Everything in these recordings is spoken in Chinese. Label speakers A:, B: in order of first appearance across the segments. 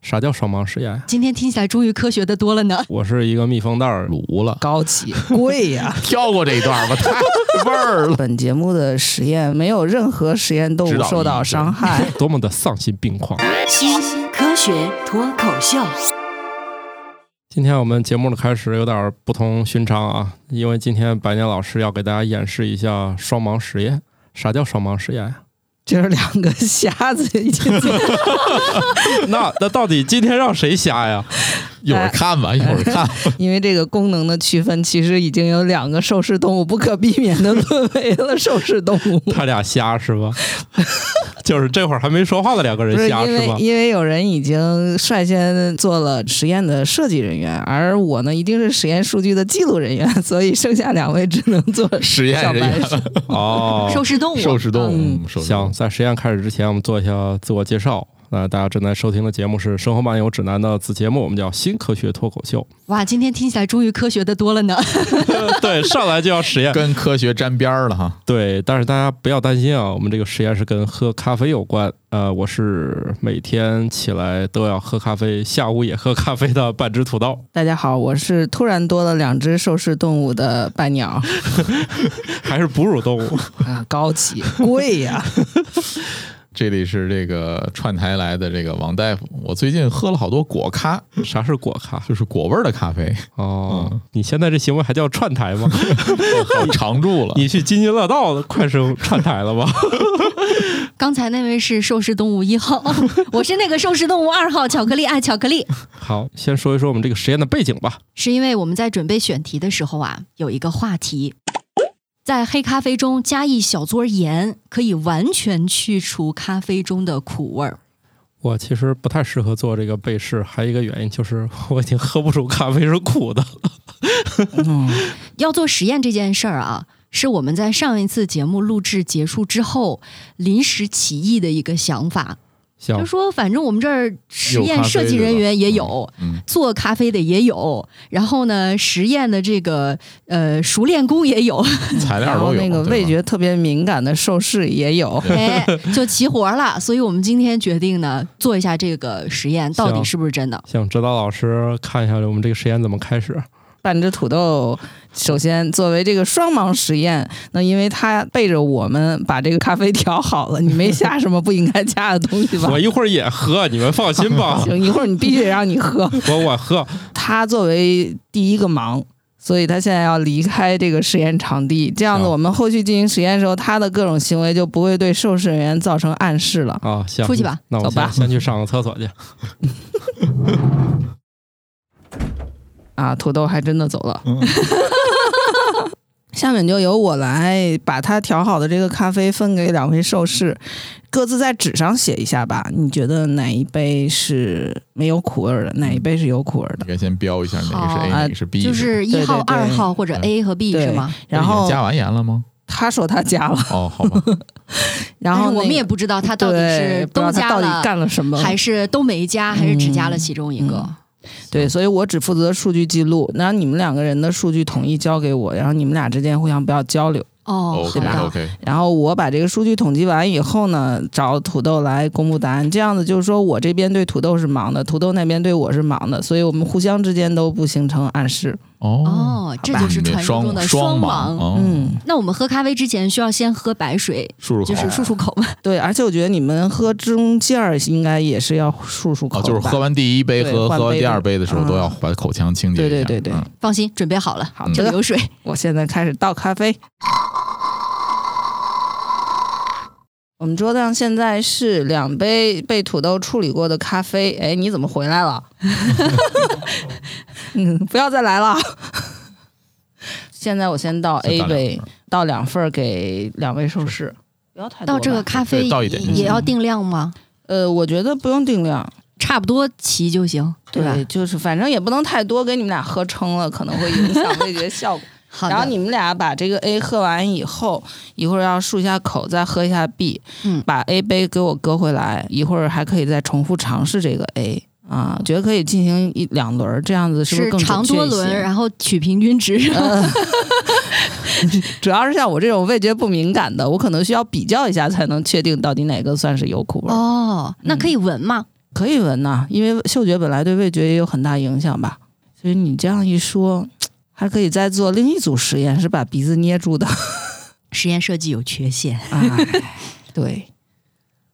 A: 啥叫双盲实验呀？
B: 今天听起来终于科学的多了呢。
A: 我是一个密封袋儿卤了，
C: 高 级贵呀、
D: 跳过这一段吧，太味 儿了。
C: 本节目的实验没有任何实验动
D: 指
C: 物
D: 导
C: 受
D: 意义
C: 到
D: 对
C: 伤 害。
A: 多么的丧心病狂！
E: 新科学脱口秀，
A: 今天我们节目的开始有点不同寻常啊，因为今天白年老师要给大家演示一下双盲实验。啥叫双盲实验呀？
C: 就是两个瞎子一起做，
A: 那那到底今天让谁瞎呀？
D: 一
C: 哎
D: 会儿看吧，一会儿看 吧。
C: 因为这个功能的区分，其实已经有两个兽食动物不可避免的沦为了兽食动 物。
A: 他俩瞎是吧？ 就是这会儿还没说话的两个
C: 不是
A: 人瞎
C: 因
A: 是
C: 为
A: 吧？
C: 因为有人已经率先做了实验的设计人员，而我呢一定是实验数据的记录人员，所以剩下两位只能做
D: 实验
C: 小
D: 人
C: 白
D: 员
C: 鼠。
A: 哦，
B: 收拾动物，
D: 受食动
C: 嗯
D: 物，受食
A: 行，
D: 动物
A: 在实验开始之前，我们做一下自我介绍。那大家正在收听的节目是《生活漫游指南》的子节目，我们叫新科学脱口秀。 呃
B: 哇，今天听起来终于科学的多了呢。
A: 对，上来就要实验。
D: 跟科学沾边儿了哈。
A: 对，但是大家不要担心啊，我们这个实验是跟喝咖啡有关。呃，我是每天起来都要喝咖啡，下午也喝咖啡的半只土豆，
C: 大家好，我是突然多了两只兽食动物的伴 鸟，
A: 还是哺乳动物。
C: 啊，高级贵呀、
D: 这里是这个串台来的这个王大夫，我最近喝了好多果咖，
A: 啥是果咖？
D: 就是果味儿的咖啡，
A: 哦，你现在这行为还叫串台吗？
D: 我常住了。
A: 你去津津乐道的快手串台了吧？
B: 刚才那位是兽食动物一 号，我是那个兽食动物二号，巧克力爱巧克力。
A: 好，先说一说我们这个实验的背景吧。
B: 是因为我们在准备选题的时候啊，有一个话题，在黑咖啡中加一小撮盐，可以完全去除咖啡中的苦味儿。
A: 我其实不太适合做这个背试，还有一个原因就是我已经喝不出咖啡是苦的。
C: 嗯，
B: 要做实验这件事儿啊，是我们在上一次节目录制结束之后临时起意的一个想法，
A: 行
C: 哦
B: 就，说反正我们这儿实验设计人员也有。
D: 嗯，
B: 做咖啡的也有，然后呢，实验的这个呃熟练工也 有，
D: 材料
C: 然后
D: 都有。
C: 那个
D: 对
C: 味
D: 吧
C: 觉特别敏感的兽士也有。
B: 哎，就齐活了。所以我们今天决定呢，做一下这个实验，到底
A: 行
B: 是不是真 的？
A: 想指导老师看一下我们这个实验怎么开始。
C: 半只土豆，首先作为这个双盲实验，那因为它背着我们把这个咖啡调好了，你没下什么不应该加的东西吧。
A: 我？一会儿也喝，你们放心吧
C: 行，一会儿你必须得让你喝。
A: 我我喝，
C: 他作为第一个盲，所以他现在要离开这个实验场地。这样子，
A: 行
C: 我们后续进行实验的时候，他的各种行为就不会对受试人员造成暗示了。
A: 啊，行，
B: 出去吧。
A: 那我
C: 走吧
A: 先先去上个厕所去。
C: 啊，土豆还真的走了。
D: 嗯
C: 下面就由我来把它调好的这个咖啡分给两位受试，各自在纸上写一下吧。你觉得哪一杯是没有苦味儿的，
D: 嗯
C: 哪一杯是有苦味儿的
D: 应？该先标一下哪个是 A，
B: 好
D: 哪
C: 呃
D: 个是 B，
B: 就是一
C: 对
B: 号、
C: 对嗯
B: 二号或者 A 和 B
C: 对
B: 是吗？
C: 然
D: 已
C: 后
D: 经加完盐了吗？
C: 他说他加了，
D: 哦，好吧，
C: 然
B: 但是
C: 后
B: 哎我
C: 那
B: 们也
C: 个
B: 不知道他到底
C: 哎对
B: 是
C: 不知
B: 都
C: 道他
B: 加
C: 到底
B: 了，
C: 干了什么，
B: 还是都没加，还是只加了其中一个
C: 嗯。对，所以我只负责数据记录，然后你们两个人的数据统一交给我，然后你们俩之间互相不要交流。
B: 哦，好
D: OK
B: 的。
D: OK，
C: 然后我把这个数据统计完以后呢，找土豆来公布答案。这样子就是说我这边对土豆是盲的，土豆那边对我是盲的，所以我们互相之间都不形成暗示。
D: 哦，
B: 哦，这就是传说中的
D: 双
B: 盲。
D: 盲，嗯，
C: 嗯，
B: 那我们喝咖啡之前需要先喝白水，
D: 漱漱口，
B: 就是漱漱口嘛。
C: 对，而且我觉得你们喝中间儿应该也是要漱漱口
D: 哦，
C: 吧，
D: 就是喝完第一杯
C: 对
D: 和
C: 换
D: 喝完
C: 杯
D: 第
C: 的
D: 二杯的时候
C: 嗯
D: 都要把口腔清洁一下。
C: 对对对对
D: 嗯
B: 放心，准备好了，
C: 好
B: 就
C: 的
B: 有水。
C: 我现在开始倒咖啡。我们桌子上现在是两杯被土豆处理过的咖啡。哎，你怎么回来了？ 嗯，不要再 来了。现在我先倒
D: 先
C: A
D: 倒两
C: 杯，倒两份儿给两位受试。不要太多
B: 到
C: 了
B: 这个咖啡
D: 对倒一点就
B: 也
D: 行
B: 要定量吗？
C: 呃，我觉得不用定量，
B: 差不多齐就行，对吧？
C: 就是反正也不能太多，给你们俩喝撑了，可能会影响味觉效果。
B: 好的。
C: 然后你们俩把这个 A 喝完以后，一会儿要漱一下口，再喝一下 B，
B: 嗯
C: 把 A 杯给我搁回来，一会儿还可以再重复尝试这个 A 啊，觉得可以进行一两轮儿，这样子是不
B: 是
C: 更
B: 长
C: 准
B: 多
C: 确一
B: 轮，啊
C: 些？
B: 然后取平均值。
C: 呃主要是像我这种味觉不敏感的，我可能需要比较一下才能确定到底哪个算是有苦味儿。
D: 嗯
B: 哦，那可以闻吗？
C: 可以闻呐、因为嗅觉本来对味觉也有很大影响吧。所以你这样一说，还可以再做另一组实验，是把鼻子捏住的。
B: 实验设计有缺陷。
C: 哎，对，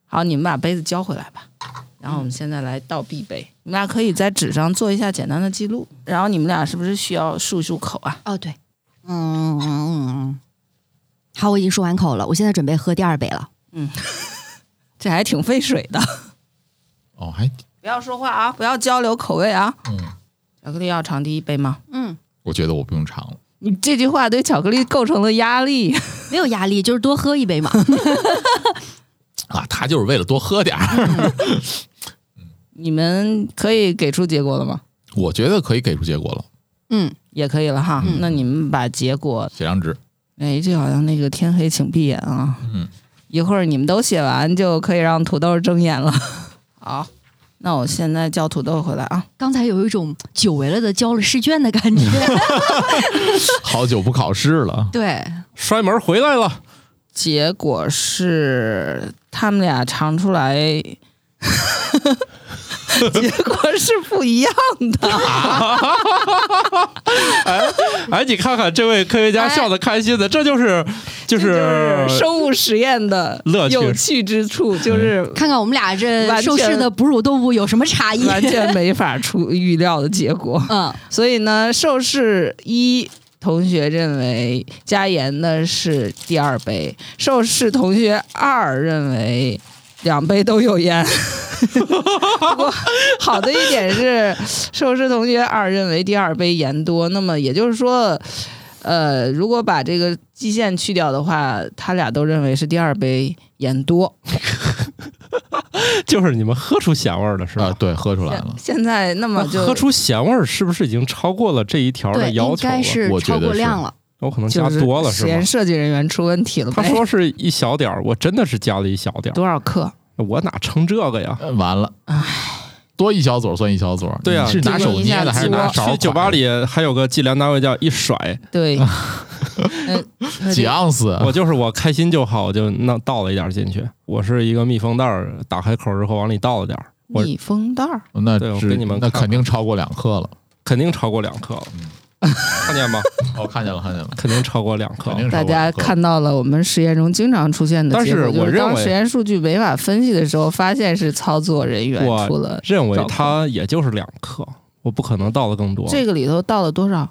C: 好，你们把杯子交回来吧。然后我们现在来倒 B 杯，你们俩可以在纸上做一下简单的记录。然后你们俩是不是需要漱一漱口啊？
B: 哦，对，嗯嗯嗯嗯，好，我已经漱完口了，我现在准备喝第二杯了。
C: 这还挺费水的。
D: 哦，还
C: 不要说话啊，不要交流口味啊。
D: 嗯，
C: 巧克力要尝第一杯吗？
B: 嗯，
D: 我觉得我不用尝了。
C: 你这句话对巧克力构成了压力。
B: 没有压力，就是多喝一杯嘛。
D: 啊，他就是为了多喝点儿，
C: 你们可以给出结果了吗？
D: 我觉得可以给出结果了，
B: 嗯，
C: 也可以了哈。
D: 嗯
C: 那你们把结果，
D: 写张纸。
C: 哎，这好像那个天黑请闭眼啊。
D: 嗯，
C: 一会儿你们都写完，就可以让土豆睁眼了。好，那我现在叫土豆回来啊。
B: 刚才有一种久违了的交了试卷的感觉。
D: 好久不考试了，
B: 对，
A: 摔门回来了，
C: 结果是他们俩尝出来， 结果是不一样的。
A: 哎，你看看这位科学家笑得开心的，这 就是就
C: 这
A: 是
C: 就是生物实验的
A: 乐趣
C: 有趣之处，就是
B: 看看我们俩这
C: 完
B: 受
C: 全
B: 试的哺乳动物有什么差
A: 嗯
B: 异。
C: 完全没法出预料的结果。
B: 嗯，
C: 所以呢，受试一同学认为加盐的是第二杯，受试同学二认为两杯都有盐。 不过好的一点是，受试同学二认为第二杯盐多，那么也就是说。呃，如果把这个基线去掉的话，他俩都认为是第二杯盐多。
A: 就是你们喝出咸味儿了，是
D: 啊，
A: 吧？
D: 对，喝出来 了。
C: 现在那么
A: 那
C: 就
A: 喝出咸味儿是不是已经超过了这一条的
B: 对，
A: 要
B: 应
A: 求
B: 该
A: 了？
B: 是
D: 我觉
B: 超
D: 得
B: 过
D: 是
B: 量了。
A: 有可能
C: 就
A: 加
C: 是
A: 多了是
C: 实
A: 吗
C: 验？设计人员出问题了呗。
A: 他说是一小点儿，我真的是加了一小点儿，
C: 多少克？
A: 我哪称这个呀？
D: 呃完了，多一小撮算一小撮。
A: 对啊
D: 你是拿手捏的还是拿勺？
A: 去酒吧里还有个计量单位叫一甩，
C: 对，
A: 啊
D: 几
C: 嗯，
D: 盎司？啊
A: 我就是我开心就好，我就那倒了一点儿进去。我是一个密封袋儿，打开口之后往里倒了点儿，我
C: 密封袋儿，
D: 那
A: 对我
D: 只
A: 给你们
D: 那
A: 看
D: 肯定超过两克 了。
A: 肯定超过两克了。看见吗？
D: 哦，看见了，看见了，
A: 肯定超过两克
D: 嗯 肯。定超
C: 大
D: 过
C: 家
D: 两克
C: 看到了我们实验中经常出现的
A: 但
C: 结果，
A: 是
C: 就
A: 我认
C: 当
A: 为
C: 实验数据没法分析的时候，发现是操作人员
A: 我
C: 出了。
A: 认为它也就是两克，我啊不可能倒的更多，
C: 这个里头倒了多少？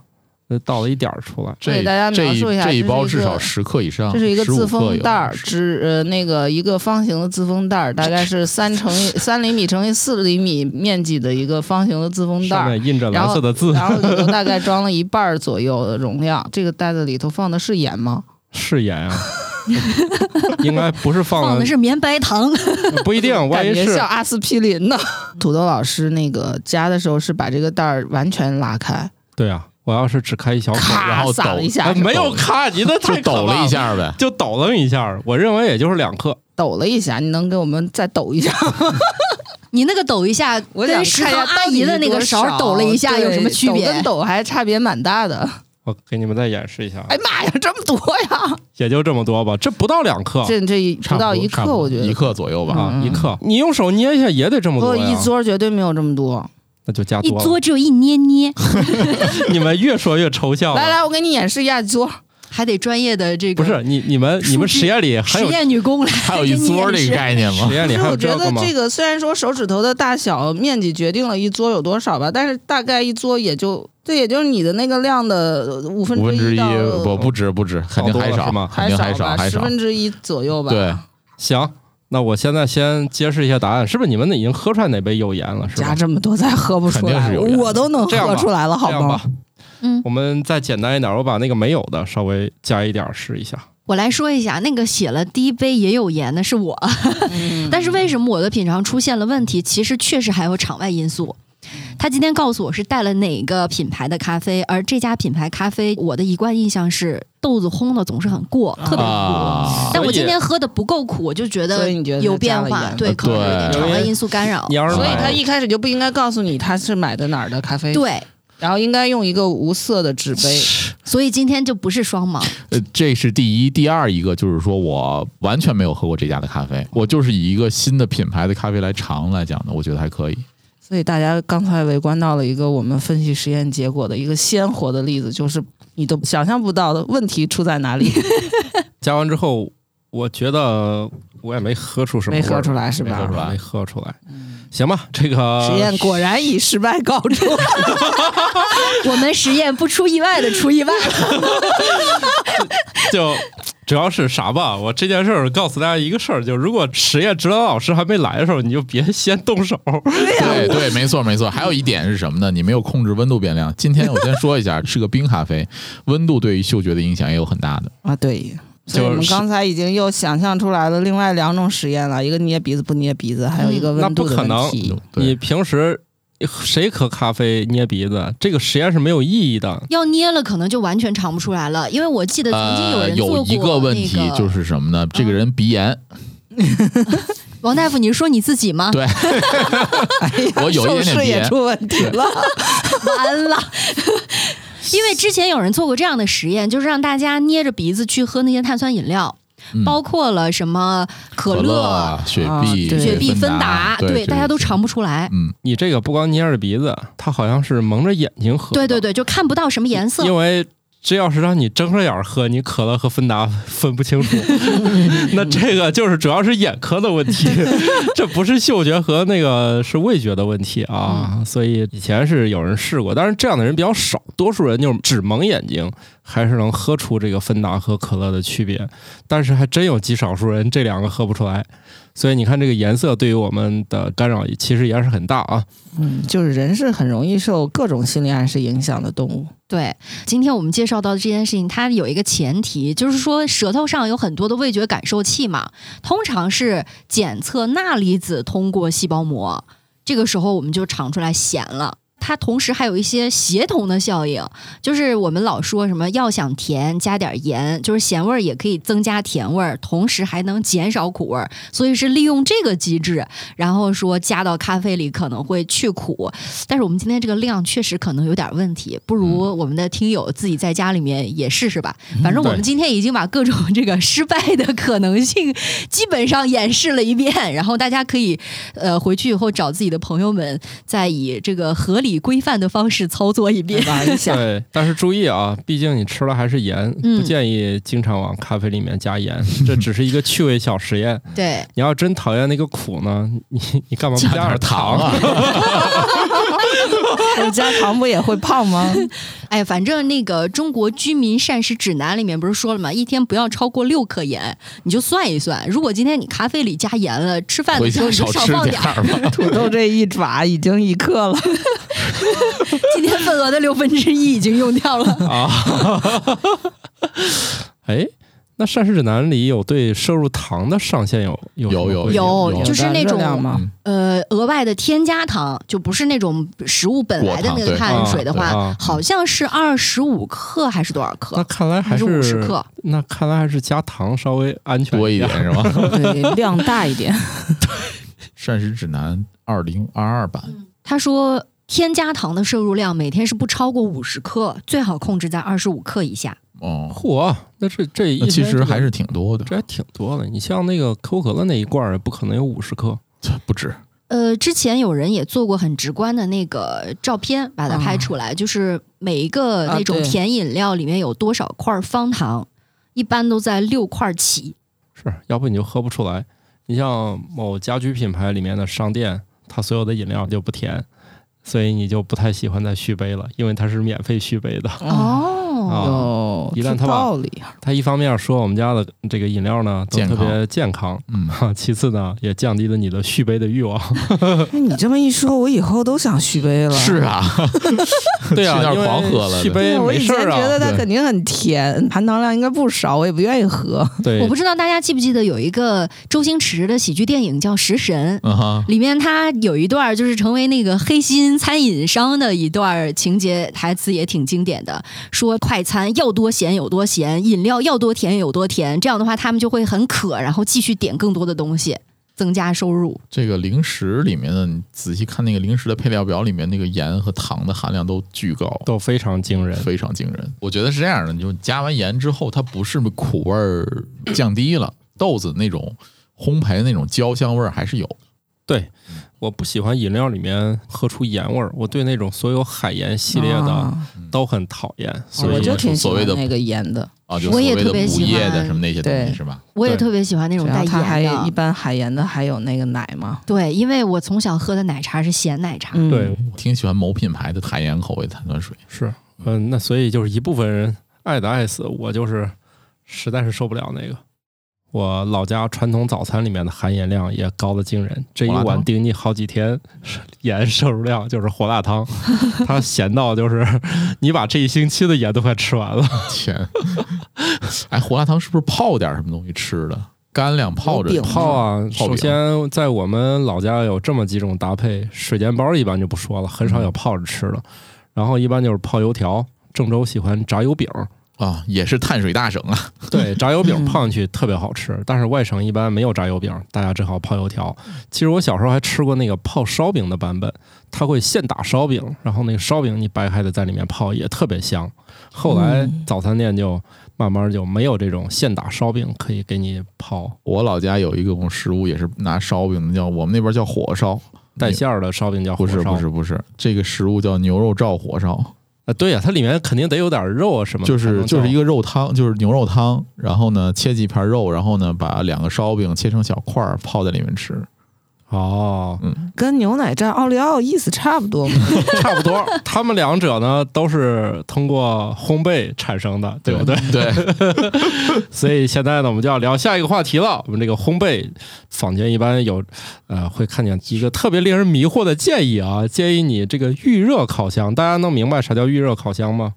A: 就倒了一点儿出来。
D: 这
C: 给大家
D: 这
C: 描述一下
D: 这
C: 这
D: 一
C: 是
D: 包
C: 一
D: 至
C: 个
D: 少十克以上，
C: 这是一个
D: 15
C: 自
D: 克
C: 封
D: 有
C: 袋儿，只呃那个一个方形的自封袋儿，大概是三乘以三厘米乘以四厘米面积的一个方形的自封袋
A: 上
C: 儿，
A: 面印着蓝色的字，
C: 然后里头大概装了一半儿左右的容量。这个袋子里头放的是盐吗？
A: 是盐 啊，应该不是放
B: 放的
A: 了，
B: 是绵白糖，
A: 不一定，万一
C: 感觉
A: 是
C: 像阿司匹林呢。 土豆老师那个夹的时候是把这个袋儿完全拉开，
A: 对啊，我要是只开一小口，
D: 哦然
C: 咔
D: 后
C: 撒
D: 抖哦
C: 了一下
A: 哎，没有
D: 抖
A: 咔，你那
D: 就
A: 太可
D: 抖
A: 怕
D: 了一，下呗。
A: 就抖楞一下，我认为也就是两克。
C: 抖了一下。你能给我们再抖一下？
B: 你那个抖一下，
C: 我想
B: 跟食
C: 看一
B: 堂
C: 下
B: 阿姨的那个
C: 到底
B: 勺
C: 是多少
B: 抖了一下有什么区
C: 对抖
B: 别
C: 跟？抖还差别蛮大的。
D: 啊
A: 我给你们再演示一下啊，
C: 哎妈呀，这么多呀！
A: 也就这么多吧，这不到两克
C: 这这一
D: 啊差
C: 不
D: 不
C: 到
D: 多
C: 一
D: 差不
C: 克，
D: 多
C: 我觉
D: 一
C: 得。
D: 克左右吧。
A: 啊，一克。你用手捏一下也得这么
C: 不过
A: 多呀
C: 哦一桌绝对没有这么多。
A: 那就加
B: 一
A: 多了。
B: 嘬只有一捏捏，
A: 你们越说越抽
D: 哦
A: 象了。
C: 来来，我给你演示一下桌。
B: 还得专业的这个
A: 不是你你们
B: 数据
A: 你们实验里还
B: 实
A: 有
B: 验女工来
D: 还有一
B: 给你
D: 撮
B: 演
D: 儿这
B: 示
D: 个概念吗
A: 实？验里
C: 其实
A: 还有
C: 我觉
A: 这
C: 得
A: 个吗？
C: 这个虽然说手指头的大小面积决定了一桌有多少吧，但是大概一桌也就这也就是你的那个量的五分
D: 五分之
C: 之
D: 一
C: 到
D: 不不止不止，肯定
A: 多
D: 还
A: 了
D: 少
A: 是吗，
D: 肯定还
C: 少吧，
D: 还
C: 十
D: 少。
C: 分之一左右吧。
D: 对，
A: 行，那我现在先揭示一下答案，是不是你们已经喝出来哪杯有盐了？是
C: 加
A: 吧？
C: 这么多再喝不出
D: 肯定
C: 来
D: 是，有原因
C: 我都能
A: 这样吧
C: 喝出来了，好
A: 这样
C: 吗
A: 吧？，
B: 嗯
A: 我们再简单一点，我把那个没有的稍微加一点儿试一下。
C: 哦
B: 我来说一下，那个写了第一杯也有盐的是我，但是为什么我的品尝出现了问题？其实确实还有场外因素。他今天告诉我是带了哪个品牌的咖啡，而这家品牌咖啡，我的一贯印象是豆子烘的总是很过，特别苦。
D: 啊，
B: 但我
A: 所以
B: 今天喝的不够苦，我就觉
C: 所
B: 得
C: 以你觉得
B: 有
C: 他加
B: 变
C: 了
B: 化，
C: 盐
B: 对，可能有点
D: 对
B: 场外因素干扰
A: 你。要是
C: 所以
A: 买
C: 他一开始就不应该告诉你他是买的哪儿的咖啡。
B: 对，
C: 然后应该用一个无色的纸杯。
B: 所以今天就不是双 盲，
D: 呃，这是第一，第二一个就是说我完全没有喝过这家的咖啡，我就是以一个新的品牌的咖啡来尝来讲的，我觉得还可以。
C: 所以大家刚才围观到了一个我们分析实验结果的一个鲜活的例子，就是你都想象不到的问题出在哪里，
A: 加完之后，我觉得我也没喝出什么
C: 没
A: 味儿，
C: 喝出来是
A: 没喝
C: 吧
A: 出？来，没喝出来。行吧，这个
C: 实验果然以失败告终。
B: 我们实验不出意外的出 意外，
A: 就主要是啥吧？我这件事儿告诉大家一个事儿，就如果实验指导老师还没来的时候，你就别先动手。
D: 对对，没错没错。还有一点是什么呢？你没有控制温度变量。今天我先说一下，是个冰咖啡，温度对于嗅觉的影响也有很大的。
C: 啊，对。所以
D: 就
C: 我们
D: 是
C: 刚才已经又想象出来了另外两种实验了，一个捏鼻子不捏鼻子，还有一个
A: 那
C: 温
A: 不
C: 度的
A: 可
C: 问
A: 能
C: 题。，
A: 你
D: 对，
A: 平时谁喝咖啡捏鼻子？这个实验是没有意义的。
B: 要捏了可能就完全尝不出来了，因为我记得曾经
D: 呃，
B: 人做过、
D: 有
B: 那
D: 一个问题就是什么呢？这个人鼻炎，
B: 王大夫，你是说你自己吗？
D: 对我有一
C: 哎受
D: 点点
C: 试
D: 鼻
C: 也
D: 炎。
C: 出问题了，
B: 完了， 因为之前有人做过这样的实验，就是让大家捏着鼻子去喝那些碳酸饮料，
D: 嗯
B: 包括了什么可
D: 可
B: 乐、
D: 啊雪
C: 啊
D: 碧、
C: 对
B: 雪碧、
D: 芬
B: 芬达，
D: 对，
B: 大家都
D: 尝。
B: 尝不出来。
D: 嗯，
A: 你这个不光捏着鼻子，他好像是蒙着眼睛喝。
B: 对对，对，就看不到什么颜色。
A: 因为。这要是让你睁着眼儿喝，你可乐和芬达分不清楚，那这个就是主要是眼科的问题，这不是嗅觉和那个是味觉的问题啊。所以以前是有人试过，但是这样的人比较少，多数人就是只蒙眼睛，还是能喝出这个芬达和可乐的区别。但是还真有极少数人这两个喝不出来，所以你看这个颜色对于我们的干扰其实也是很大啊。
C: 嗯，就是人是很容易受各种心理暗示影响的动物。
B: 对，今天我们介绍到的这件事情，它有一个前提，就是说舌头上有很多的味觉感受器嘛，通常是检测钠离子通过细胞膜，这个时候我们就尝出来咸了。它同时还有一些协同的效应，就是我们老说什么要想甜加点盐，就是咸味儿也可以增加甜味儿，同时还能减少苦味儿，所以是利用这个机制，然后说加到咖啡里可能会去苦，但是我们今天这个量确实可能有点问题，不如我们的听友自己在家里面也试试吧。反正我们今天已经把各种这个嗯失败的可能性基本上演示了一遍，然后大家可以呃回去以后找自己的朋友们，再以这个合理规范的方式操作一遍。
C: 玩 一下，
A: 对，但是注意啊，毕竟你吃了还是盐，
B: 嗯
A: 不建议经常往咖啡里面加盐，这只是一个趣味小实验。
B: 对，
A: 你要真讨厌那个苦呢，你你干嘛不
D: 加
A: 点
D: 点糖啊？
C: 我加糖不也会胖吗？
B: 哎，反正那个《中国居民膳食指南》里面不是说了吗？一天不要超过六克盐，你就算一算，如果今天你咖啡里加盐了，吃饭
D: 回
B: 的时
D: 家
B: 候你就
D: 少
B: 少
D: 吃
B: 放
D: 点
B: 点儿。
D: 儿 吧。
C: 土豆这一爪已经一克了，
B: 今天份额的六分之一已经用掉了。
A: 啊！哎，那膳食指南里有对摄入糖的上限有有
D: 有
A: 有
D: 有
B: 有
D: 有
B: 就是那
C: 热
B: 种
C: 量吗？
B: 呃额外的添加糖，就不是那种食物本来的那个
D: 果糖对
B: 碳水的话，
A: 啊对啊
B: 好像是二十五克还是多少
A: 那
B: 克？
A: 看来还
B: 还
A: 是
B: 五十克？
A: 那看来还是加糖稍微安全
D: 多一
A: 点
D: 点是吧？
C: 对，量大一点。
D: 膳食指南二零二二版，
B: 他说添加糖的摄入量每天是不超过五十克，最好控制在二十五克以下。
D: 哦，
A: 嚯，那这这一
D: 那其
A: 天这
D: 实
A: 个
D: 还是挺多的，
A: 这还挺多的。你像那个可口可乐那一罐儿，不可能有五十克。
D: 不止。
B: 呃，之前有人也做过很直观的那个照片，把它拍出来，就是每一个
C: 啊
B: 那种
C: 对
B: 甜饮料里面有多少块方糖，一般都在六块起。
A: 是要不你就喝不出来。你像某家居品牌里面的商店，它所有的饮料就不甜，所以你就不太喜欢再续杯了，因为它是免费续杯的。
B: 哦，
C: 哦，
A: 一旦
C: 有
A: 它把
C: 道理，
A: 它一方面说我们家的这个饮料呢都
D: 健
A: 特
D: 康
A: 别健康，
D: 嗯，
A: 哈，其次呢也降低了你的续杯的欲望。
C: 那哎你这么一说，我以后都想续杯了。
D: 是啊，
A: 对啊，
D: 去那儿
A: 因为
D: 狂喝了
A: 续杯
C: 对，我
A: 没
C: 以
A: 事
C: 前
A: 儿
C: 觉得
A: 啊。
C: 它
D: 对
C: 肯定很甜，含糖量应该不少，我也不愿意喝。
A: 对
B: 我，不知道大家记不记得有一个周星驰的喜剧电影叫《食神》。
D: 嗯哈，
B: 里面他有一段就是成为那个黑心餐饮商的一段情节，台词也挺经典的，说快餐要多咸有多咸，饮料要多甜有多甜，这样的话他们就会很渴，然后继续点更多的东西。增加收入。
D: 这个零食里面的，你仔细看那个零食的配料表里面，那个盐和糖的含量都巨高，
A: 都非常惊人。
D: 非常惊人。我觉得是这样的，你就加完盐之后，它不是苦味儿降低了，豆子那种烘焙的那种焦香味儿还是有。
A: 对，我不喜欢饮料里面喝出盐味儿，我对那种所有海盐系列的
C: 啊
A: 都很讨厌。所
D: 以
C: 我
A: 以
C: 就挺喜
D: 所谓
C: 欢
D: 的
C: 那个盐的，
D: 啊，就所
B: 我也
D: 谓的
B: 特别
D: 补
B: 喜
D: 液的
B: 欢
D: 什么那些东
C: 对
D: 西是吧？
B: 我也
A: 对
B: 特别喜欢那种
C: 然
B: 带
C: 后它还
B: 盐
C: 一
B: 的，
C: 般海盐的还有那个奶嘛，
B: 对，因为我从小喝的奶茶是咸奶茶，
C: 嗯
A: 对，
D: 我挺喜欢某品牌的海盐口味碳酸水。
A: 是，嗯，那所以就是一部分人爱的爱死，我就是实在是受不了那个。我老家传统早餐里面的含盐量也高的惊人，这一
D: 火辣
A: 碗
D: 汤
A: 顶你好几天，盐摄入量就是火辣 汤，它咸到就是你把这一星期的盐都快吃完了。
D: 天， 哎，胡辣汤是不是泡点儿什么东西吃的？干粮泡着
C: 有饼
A: 泡啊，
D: 泡
A: 首
D: 饼
A: 先在我们老家有这么几种搭配，水煎包一般就不说了，很少有泡着吃的，然后一般就是泡油条。郑州喜欢炸油饼，
D: 啊，也是碳水大省啊。
A: 对，炸油饼泡进去特别好吃，但是外省一般没有炸油饼，大家只好泡油条。其实我小时候还吃过那个泡烧饼的版本，它会现打烧饼，然后那个烧饼你掰开的在里面泡也特别香。后来早餐店就慢慢就没有这种现打烧饼可以给你泡
D: 我老家有一种食物也是拿烧饼的，叫我们那边叫火烧，
A: 带馅儿的烧饼叫
D: 不
A: 火
D: 是
A: 烧，
D: 不是不是，这个食物叫牛肉照火烧，
A: 啊，对呀、它里面肯定得有点肉啊什么的，
D: 就是就是一
A: 个
D: 个肉汤，就是牛肉汤，然后呢切几片肉，然后呢把两个烧饼切成小块儿泡在里面吃，
A: 哦，
C: 跟牛奶蘸奥利奥意思差不多嘛。
A: 差不多。他们两者呢都是通过烘焙产生的，对不对？
D: 对，
A: 所以现在呢，我们就要聊下一个话题了。我们这个烘焙，坊间一般有，呃，会看见一个特别令人迷惑的建议啊，建议你这个预热烤箱。大家能明白啥叫预热烤箱吗？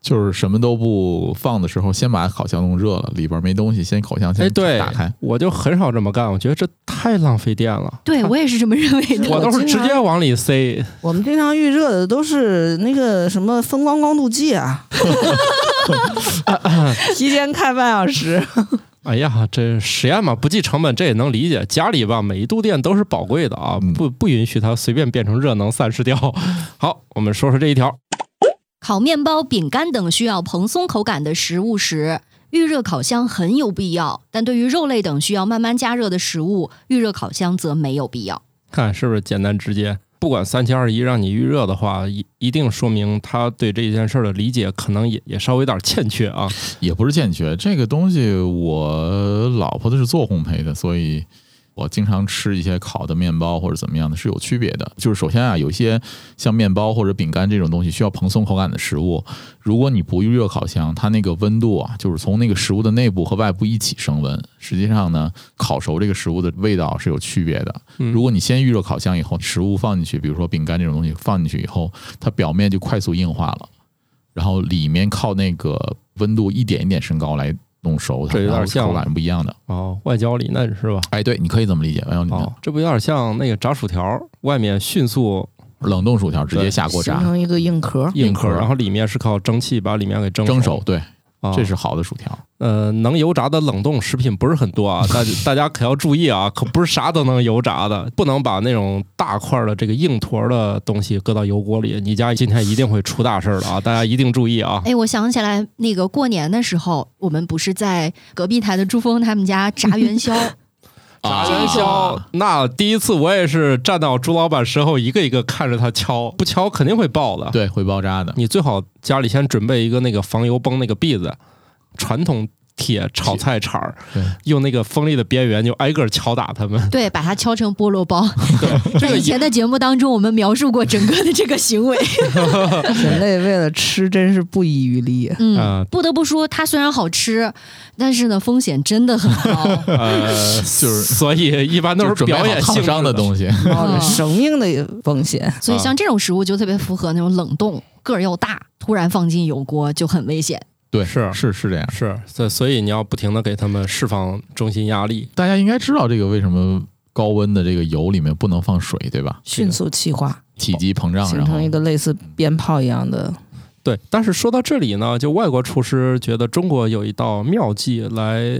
D: 就是什么都不放的时候，先把烤箱弄热了，里边没东西，先烤箱
A: 哎，
D: 先
A: 对
D: 打开，，
A: 我就很少这么干，我觉得这太浪费电了。
B: 对我也是这么认为 的。
A: 我都是直接往里塞，
C: 我们经常预热的都是那个什么风光光度计啊， 提前开半小时。
A: 哎呀，这实验嘛，不计成本，这也能理解。家里吧，每一度电都是宝贵的啊，
D: 嗯
A: 不不允许它随便变成热能散失掉。好，我们说说这一条，
B: 烤面包、饼干等需要蓬松口感的食物时，预热烤箱很有必要；但对于肉类等需要慢慢加热的食物，预热烤箱则没有必要。
A: 看是不是简单直接。不管三七二十一让你预热的话，一一定说明他对这件事儿的理解可能也也稍微有点欠缺啊。
D: 也不是欠缺，这个东西我老婆她是做烘焙的，所以我经常吃一些烤的面包或者怎么样的，是有区别的。就是首先啊，有些像面包或者饼干这种东西需要蓬松口感的食物，如果你不预热烤箱，它那个温度啊，就是从那个食物的内部和外部一起升温。实际上呢，烤熟这个食物的味道是有区别的。
A: 嗯
D: 如果你先预热烤箱以后，食物放进去，比如说饼干这种东西放进去以后，它表面就快速硬化了，然后里面靠那个温度一点一点升高来弄熟它，
A: 这有点
D: 然后
A: 像
D: 口感是不一样的。
A: 哦，外焦里嫩是吧？
D: 哎，对，你可以这么理解。哎呦，你看
A: 哦，这不有点像那个炸薯条，外面迅速
D: 冷冻薯条直接下锅
C: 形
D: 炸
C: 成一个硬壳。
A: 硬
D: 硬壳
A: 壳，然后里面是靠蒸汽把里面给蒸
D: 蒸熟
A: 熟，，
D: 对，
A: 啊
D: 这是好的薯条。
A: 呃，能油炸的冷冻食品不是很多 啊，大大家可要注意啊，可不是啥都能油炸的，不能把那种大块儿的这个硬坨儿的东西搁到油锅里，你家今天一定会出大事儿的啊，大家一定注意啊。
B: 哎，我想起来，那个过年的时候，我们不是在隔壁台的朱峰他们家炸元宵，
A: 炸元宵
D: 啊，
A: 那第一次我也是站到朱老板身后，一个一个看着他敲，不敲肯定会爆的。
D: 对，会爆炸的。
A: 你最好家里先准备一个那个防油崩那个篦子，传统铁炒菜铲儿
D: 对，
A: 用那个锋利的边缘就挨个儿敲打他们。
B: 对，把它敲成菠萝包。
A: 这
B: 在
A: 个
B: 以前的节目当中，我们描述过整个的这个行为。
C: 人类为了吃真是不遗余 力。
A: 啊
B: 嗯，不得不说，它虽然好吃，但是呢，风险真的很高。
A: 呃，
D: 就是
A: 所以一般都
D: 就是准备
A: 表
D: 好
A: 演
D: 烫
A: 性
D: 伤的
A: 西。
D: 东西，
C: 冒着生命的风险，
B: 所
A: 啊
B: 以像这种食物就特别符合那种冷冻、个儿又大，突然放进油锅就很危险。
D: 对，
A: 是
D: 是是这样。
A: 是，所所以你要不停的给他们释放中心压力。
D: 大家应该知道这个为什么高温的这个油里面不能放水，对吧？
C: 迅速气化，
D: 体积膨胀，
C: 形
D: 然后
C: 成一个类似鞭炮一样的。
A: 对，但是说到这里呢，就外国厨师觉得中国有一道妙计来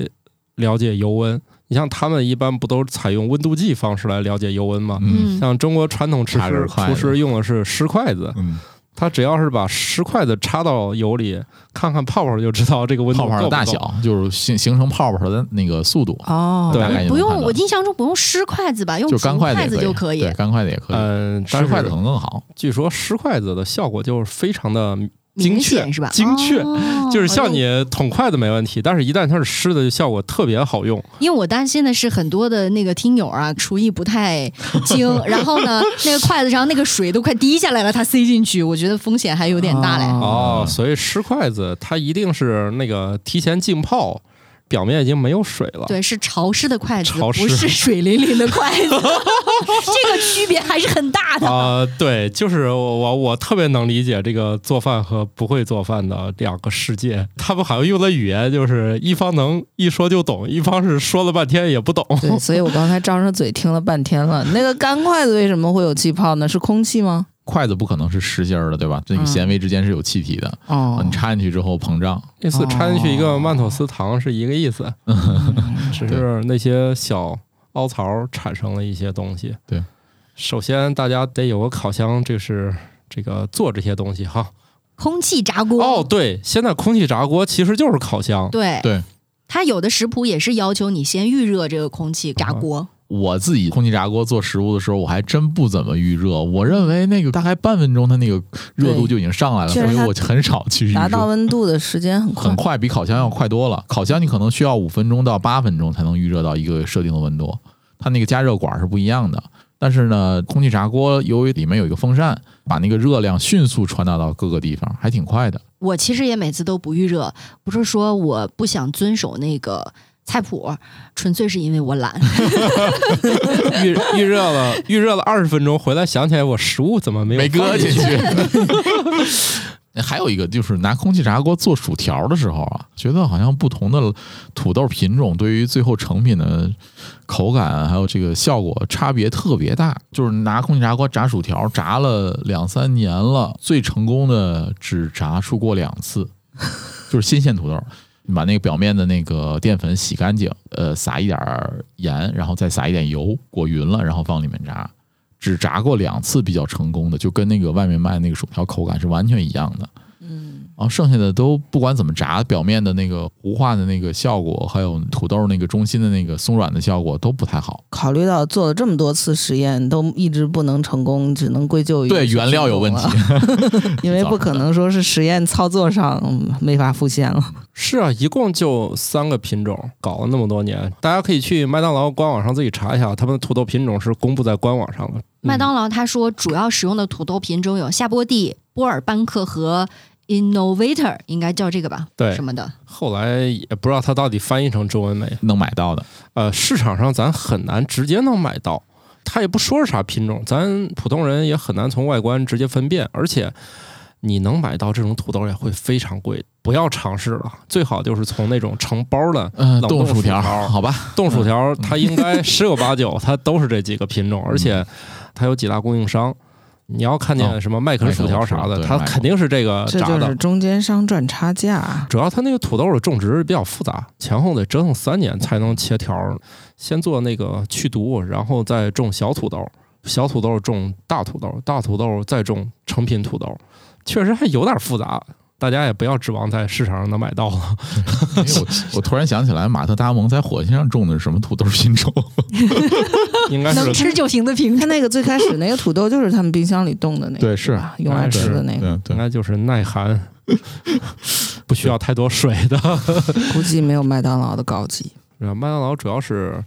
A: 了解油温，你像他们一般不都采用温度计方式来了解油温吗？
D: 嗯
B: 嗯，
A: 像中国传统厨
D: 插根
A: 师
D: 筷子
A: 厨师用的是湿筷子，
D: 嗯，
A: 他只要是把湿筷子插到油里，看看泡泡就知道这个温度
D: 嗯泡泡
A: 够不
D: 的大
A: 够。
D: 小就是形形成泡泡的那个速度，
C: 哦，
A: 对
D: 大概就能
B: 不
D: 判
B: 用，
D: 断
B: 我印象中不用湿筷子吧，用
D: 就
B: 竹
D: 干筷子
B: 筷
D: 也
B: 子就可以
D: 对，。干筷子也可以，
A: 嗯，但
D: 湿筷子
A: 是
D: 可能更好。
A: 据说湿筷子的效果就是非常的精
B: 明
A: 确，
B: 显是吧？
A: 精确。
B: 哦
A: 就是像你捅筷子没问题，但是一旦它是湿的，就效果特别好用。
B: 因为我担心的是很多的那个听友啊，厨艺不太 精，然后呢，那个筷子上那个水都快滴下来了，他塞进去，我觉得风险还有点大嘞。
C: 嗯
A: 哦，所以湿筷子它一定是那个提前浸泡，表面已经没有水了。
B: 对，是 潮湿的筷子，
A: 潮湿
B: 不是水淋淋的筷子，这个区别还是很大的。
A: 啊、对，就是我我我特别能理解这个做饭和不会做饭的两个世界。他们好像用的语言就是一方能一说就懂，一方是说了半天也不懂。哦
C: 对，所以我刚才张着嘴听了半天了。那个干筷子为什么会有气泡呢？是空气吗？
D: 筷子不可能是实心儿的，对吧？这个
C: 嗯
D: 纤维之间是有气体的，
C: 哦
D: 你插进去之后膨胀。
A: 这次掺进去一个曼妥思糖是一个意思，只嗯是那些小凹槽产生了一些东西。
D: 对，
A: 首先大家得有个烤箱，这是这个做这些东西哈。
B: 空气炸锅
A: 哦，对，现在空气炸锅其实就是烤箱。
B: 对
D: 对
B: 它有的食谱也是要求你先预热这个空气
A: 嗯
B: 炸锅，
D: 我自己空气炸锅做食物的时候，我还真不怎么预热。我认为那个大概半分钟，它那个热度就已经上来了，
C: 确
D: 所
C: 实
D: 以
C: 它
D: 我就很少去预
C: 达到
D: 热。
C: 温度的时间很快
D: 很。快，比烤箱要快多了。烤箱你可能需要五分钟到八分钟才能预热到一个设定的温度，它那个加热管是不一样的。但是呢，空气炸锅由于里面有一个风扇，把那个热量迅速传达到各个地方，还挺快的。
B: 我其实也每次都不预热，不是说我不想遵守那个菜谱，纯粹是因为 我懒。
A: 预 预热了，预热了二十分钟，回来想起来我食物怎么没有
D: 没
A: 放
D: 搁进去。 还有一个就是拿空气炸锅做薯条的时候啊，觉得好像不同的土豆品种对于最后成品的口感还有这个效果差别特别大。就是拿空气炸锅炸薯条，炸了两三年了，最成功的只炸出过两次， 就是新鲜土豆。你把那个表面的那个淀粉洗干净，呃，撒一点儿盐，然后再撒一点油，裹匀了，然后放里面炸。只炸过两次比较成功的，就跟那个外面卖的那个薯条口感是完全一样的。嗯，然后剩下的都不管怎么炸，表面的那个糊化的那个效果，还有土豆那个中心的那个松软的效果都不太好。
C: 考虑到做了这么多次实验都一直不能成功，只能归咎于
D: 对，原料有问题，
C: 因为不可能说是实验操作上嗯没法复现了。
A: 是啊，一共就三个品种，搞了那么多年，大家可以去麦当劳官网上自己查一下，他们的土豆品种是公布在官网上的。
B: 麦当劳他说主要使用的土豆品种有夏波蒂、波尔班克和 Innovator，应该叫这个吧？
A: 对
B: 什么的？
A: 嗯后来也不知道它到底翻译成中文没，
D: 能买到的。
A: 呃，市场上咱很难直接能买到，它也不说是啥品种，咱普通人也很难从外观直接分辨，而且你能买到这种土豆也会非常贵，不要尝试了，最好就是从那种成包的
D: 嗯、
A: 冷冻
D: 冻薯条，
A: 薯条
D: 好 吧，
A: 冻薯条，它应该十有八九它都是这几个品种，而且它有几大供应商。你要看见
D: 哦
A: 什么麦肯薯条啥
D: 麦
A: 的，
D: 肯薯条对
A: 它肯定是这个
C: 这
A: 炸
C: 就是
A: 的。
C: 中间商赚差价。
A: 主要它那个土豆的种植比较复杂，前后得折腾三年才能切条儿。先做那个去毒，然后再种小土豆，小土豆种大土豆，大土豆再种成品土豆，确实还有点复杂。大家也不要指望在市场上能买到 了。
D: 因为我我突然想起来，马特·达蒙在火星上种的是什么土豆品种？
A: 应该是
B: 能吃就行的 品
C: 他那个最开始那个土豆就是他们冰箱里冻的那个，
D: 对是
C: 吧用来吃的那个，
D: 对
A: 应
D: 对，
A: 该就是耐寒，不需要太多水的。
C: 估计没有麦当劳的高级。
A: 然后麦当劳主要是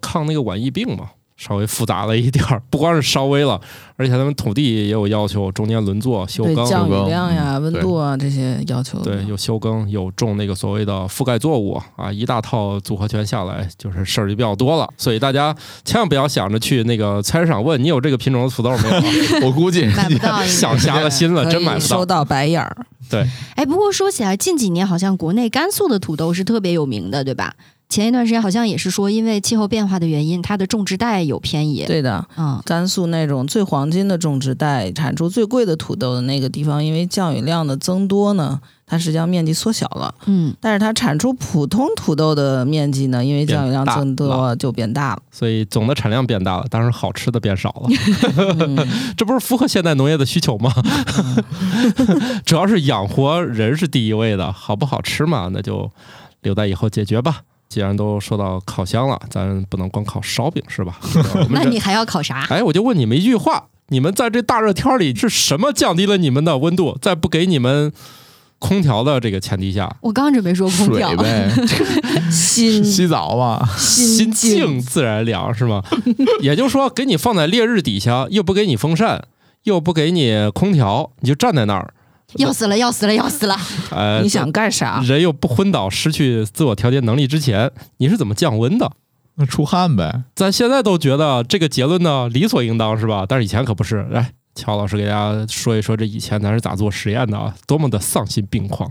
A: 抗那个晚疫病嘛，稍微复杂了一点儿，不光是稍微了，而且他们土地也有要求，中间轮作、休
C: 对
A: 耕，
C: 降雨
D: 高
C: 量呀、温度啊这些要求。
A: 嗯对，有休耕，有种那个所谓的覆盖作物啊，一大套组合拳下来，就是事儿就比较多了。所以大家千万不要想着去那个菜市场问你有这个品种的土豆没 有啊，
D: 我估计人
B: 买不到。
A: 想瞎了心了，
C: 可
A: 真买不
C: 以收
A: 到。
C: 到白眼儿。
B: 哎，不过说起来，近几年好像国内甘肃的土豆是特别有名的，对吧？前一段时间好像也是说，因为气候变化的原因，它的种植带有偏移。
C: 对的，
B: 嗯，
C: 甘肃那种最黄金的种植带，产出最贵的土豆的那个地方，因为降雨量的增多呢，它实际上面积缩小了。
B: 嗯
C: 但是它产出普通土豆的面积呢，因为降雨量增
A: 变大
C: 多就变大 了。
A: 所以总的产量变大了，但是好吃的变少了，
C: 嗯
A: 这不是符合现代农业的需求吗？ 主要是养活人是第一位的，好不好吃嘛，那就留在以后解决吧。既然都说到烤箱了，咱不能光烤烧饼是吧？我们
B: 那
A: 这
B: 你还要考啥？
A: 哎，我就问你们一句话：你们在这大热天里是什么降低了你们的温度？在不给你们空调的这个前提下，
B: 我刚准备说空调
D: 水，呗，
C: 心
D: 洗澡吧，
A: 心
C: 境
A: 静自然凉是 吗？也就是说，给你放在烈日底下，又不给你风扇，又不给你空调，你就站在那儿，
B: 要死了，要死了，要死了！
A: 呃，
C: 你想干啥？
A: 人又不昏倒、失去自我调节能力之前，你是怎么降温的？
D: 那出汗呗。
A: 咱现在都觉得这个结论呢理所应当是吧？但是以前可不是。来，乔老师给大家说一说这以前咱是咋做实验的啊，多么的丧心病狂。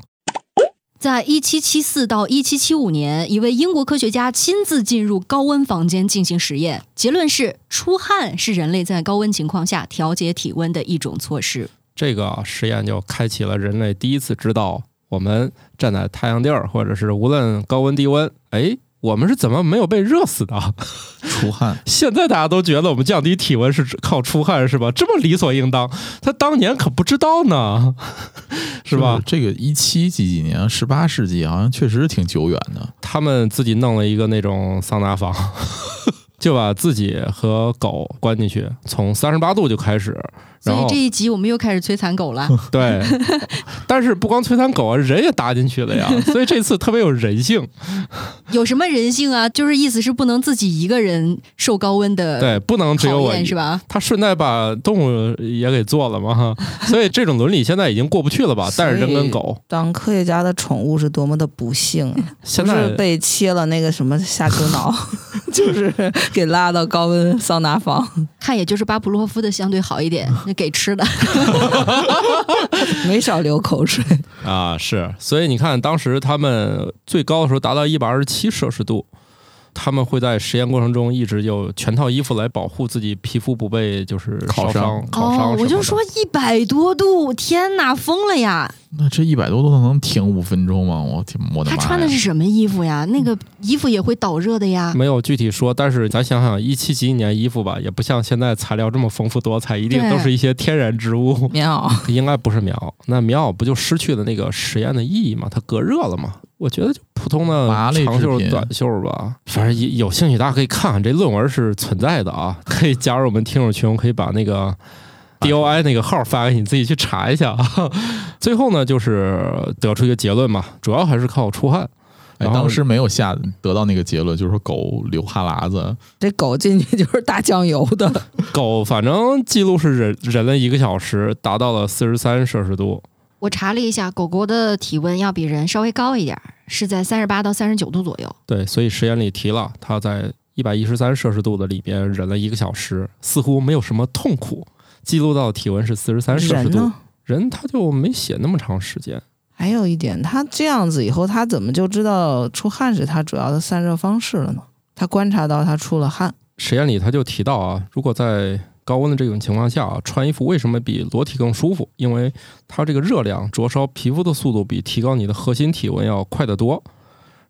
B: 在一七七四到一七七五年，一位英国科学家亲自进入高温房间进行实验，结论是出汗是人类在高温情况下调节体温的一种措施。
A: 这个实验就开启了人类第一次知道，我们站在太阳地儿，或者是无论高温低温，哎，我们是怎么没有被热死的？
D: 出汗，
A: 现在大家都觉得我们降低体温是靠出汗，是吧？这么理所应当，他当年可不知道呢，是吧？
D: 这个一七几几年，十八世纪好像确实挺久远的。
A: 他们自己弄了一个那种桑拿房， 就把自己和狗关进去，从三十八度就开始，
B: 所
A: 然
B: 以
A: 后
B: 这一集我们又开始摧残狗了。
A: 对，但是不光摧残狗啊，人也搭进去了呀，所以这次特别有人性。
B: 有什么人性啊？就是意思是不能自己一个人受高温的
A: 对，不能只有
B: 考
A: 我一
B: 验是吧？
A: 他顺带把动物也给做了嘛， 所以这种伦理现在已经过不去了吧？但是人跟狗
C: 当科学家的宠物是多么的不幸啊！
A: 现
C: 不
A: 在
C: 是被切了那个什么下 丘脑，就是给拉到高温桑拿房，
B: 看也就是巴甫洛夫的相对好一点，那给吃的。
C: 没少流口水。
A: 啊是，所以你看当时他们最高的时候达到一百二十七摄氏度，他们会在实验过程中一直有全套衣服来保护自己皮肤不被就是
D: 烤
A: 烧伤、烤伤、
B: 哦，我就说。一百多度，天哪，疯了呀！
D: 那这一百多度能停五分钟吗？我天，我的
B: 他
D: 妈呀！嗯
B: 穿的是什么衣服呀？那个衣服也会导热的呀。
A: 没有具体说，但是咱想想，一七几年衣服吧，也不像现在材料这么丰富多彩，一定都
B: 对
A: 是一些天然植物。
C: 棉袄，
A: 应该不是棉袄，那棉袄不就失去了那个实验的意义吗？它隔热了吗？我觉得就普通的
D: 麻类制
A: 长袖、
D: 品
A: 短袖吧。反正有有兴趣，大家可以看看这论文是存在的啊， 可以加入我们听友群，我可以把那个 DOI 那个号发给你，自己去查一下啊。 最后呢，就是得出一个结论嘛，主要还是靠出汗。
D: 哎，
A: 然后
D: 当时没有下得到那个结论，就是说狗流哈喇子，
C: 这狗进去就是大酱油 的，
A: 狗反正记录是忍忍了一个小时，达到了四十三摄氏度，
B: 我查了一下，狗狗的体温要比人稍微高一点儿，是在三十八到三十九度左右。
A: 对，所以实验里提了，他在一百一十三摄氏度的里边忍了一个小时，似乎没有什么痛苦，记录到的体温是四十三摄氏
C: 人
A: 度。
C: 呢
A: 人？他就没写那么长时间，
C: 还有一点，他这样子以后，他怎么就知道出汗是他主要的散热方式了呢？他观察到他出了汗，
A: 实验里他就提到啊，如果在高温的这种情况下啊，穿衣服为什么比裸体更舒服？因为它这个热量灼烧皮肤的速度比提高你的核心体温要快得多。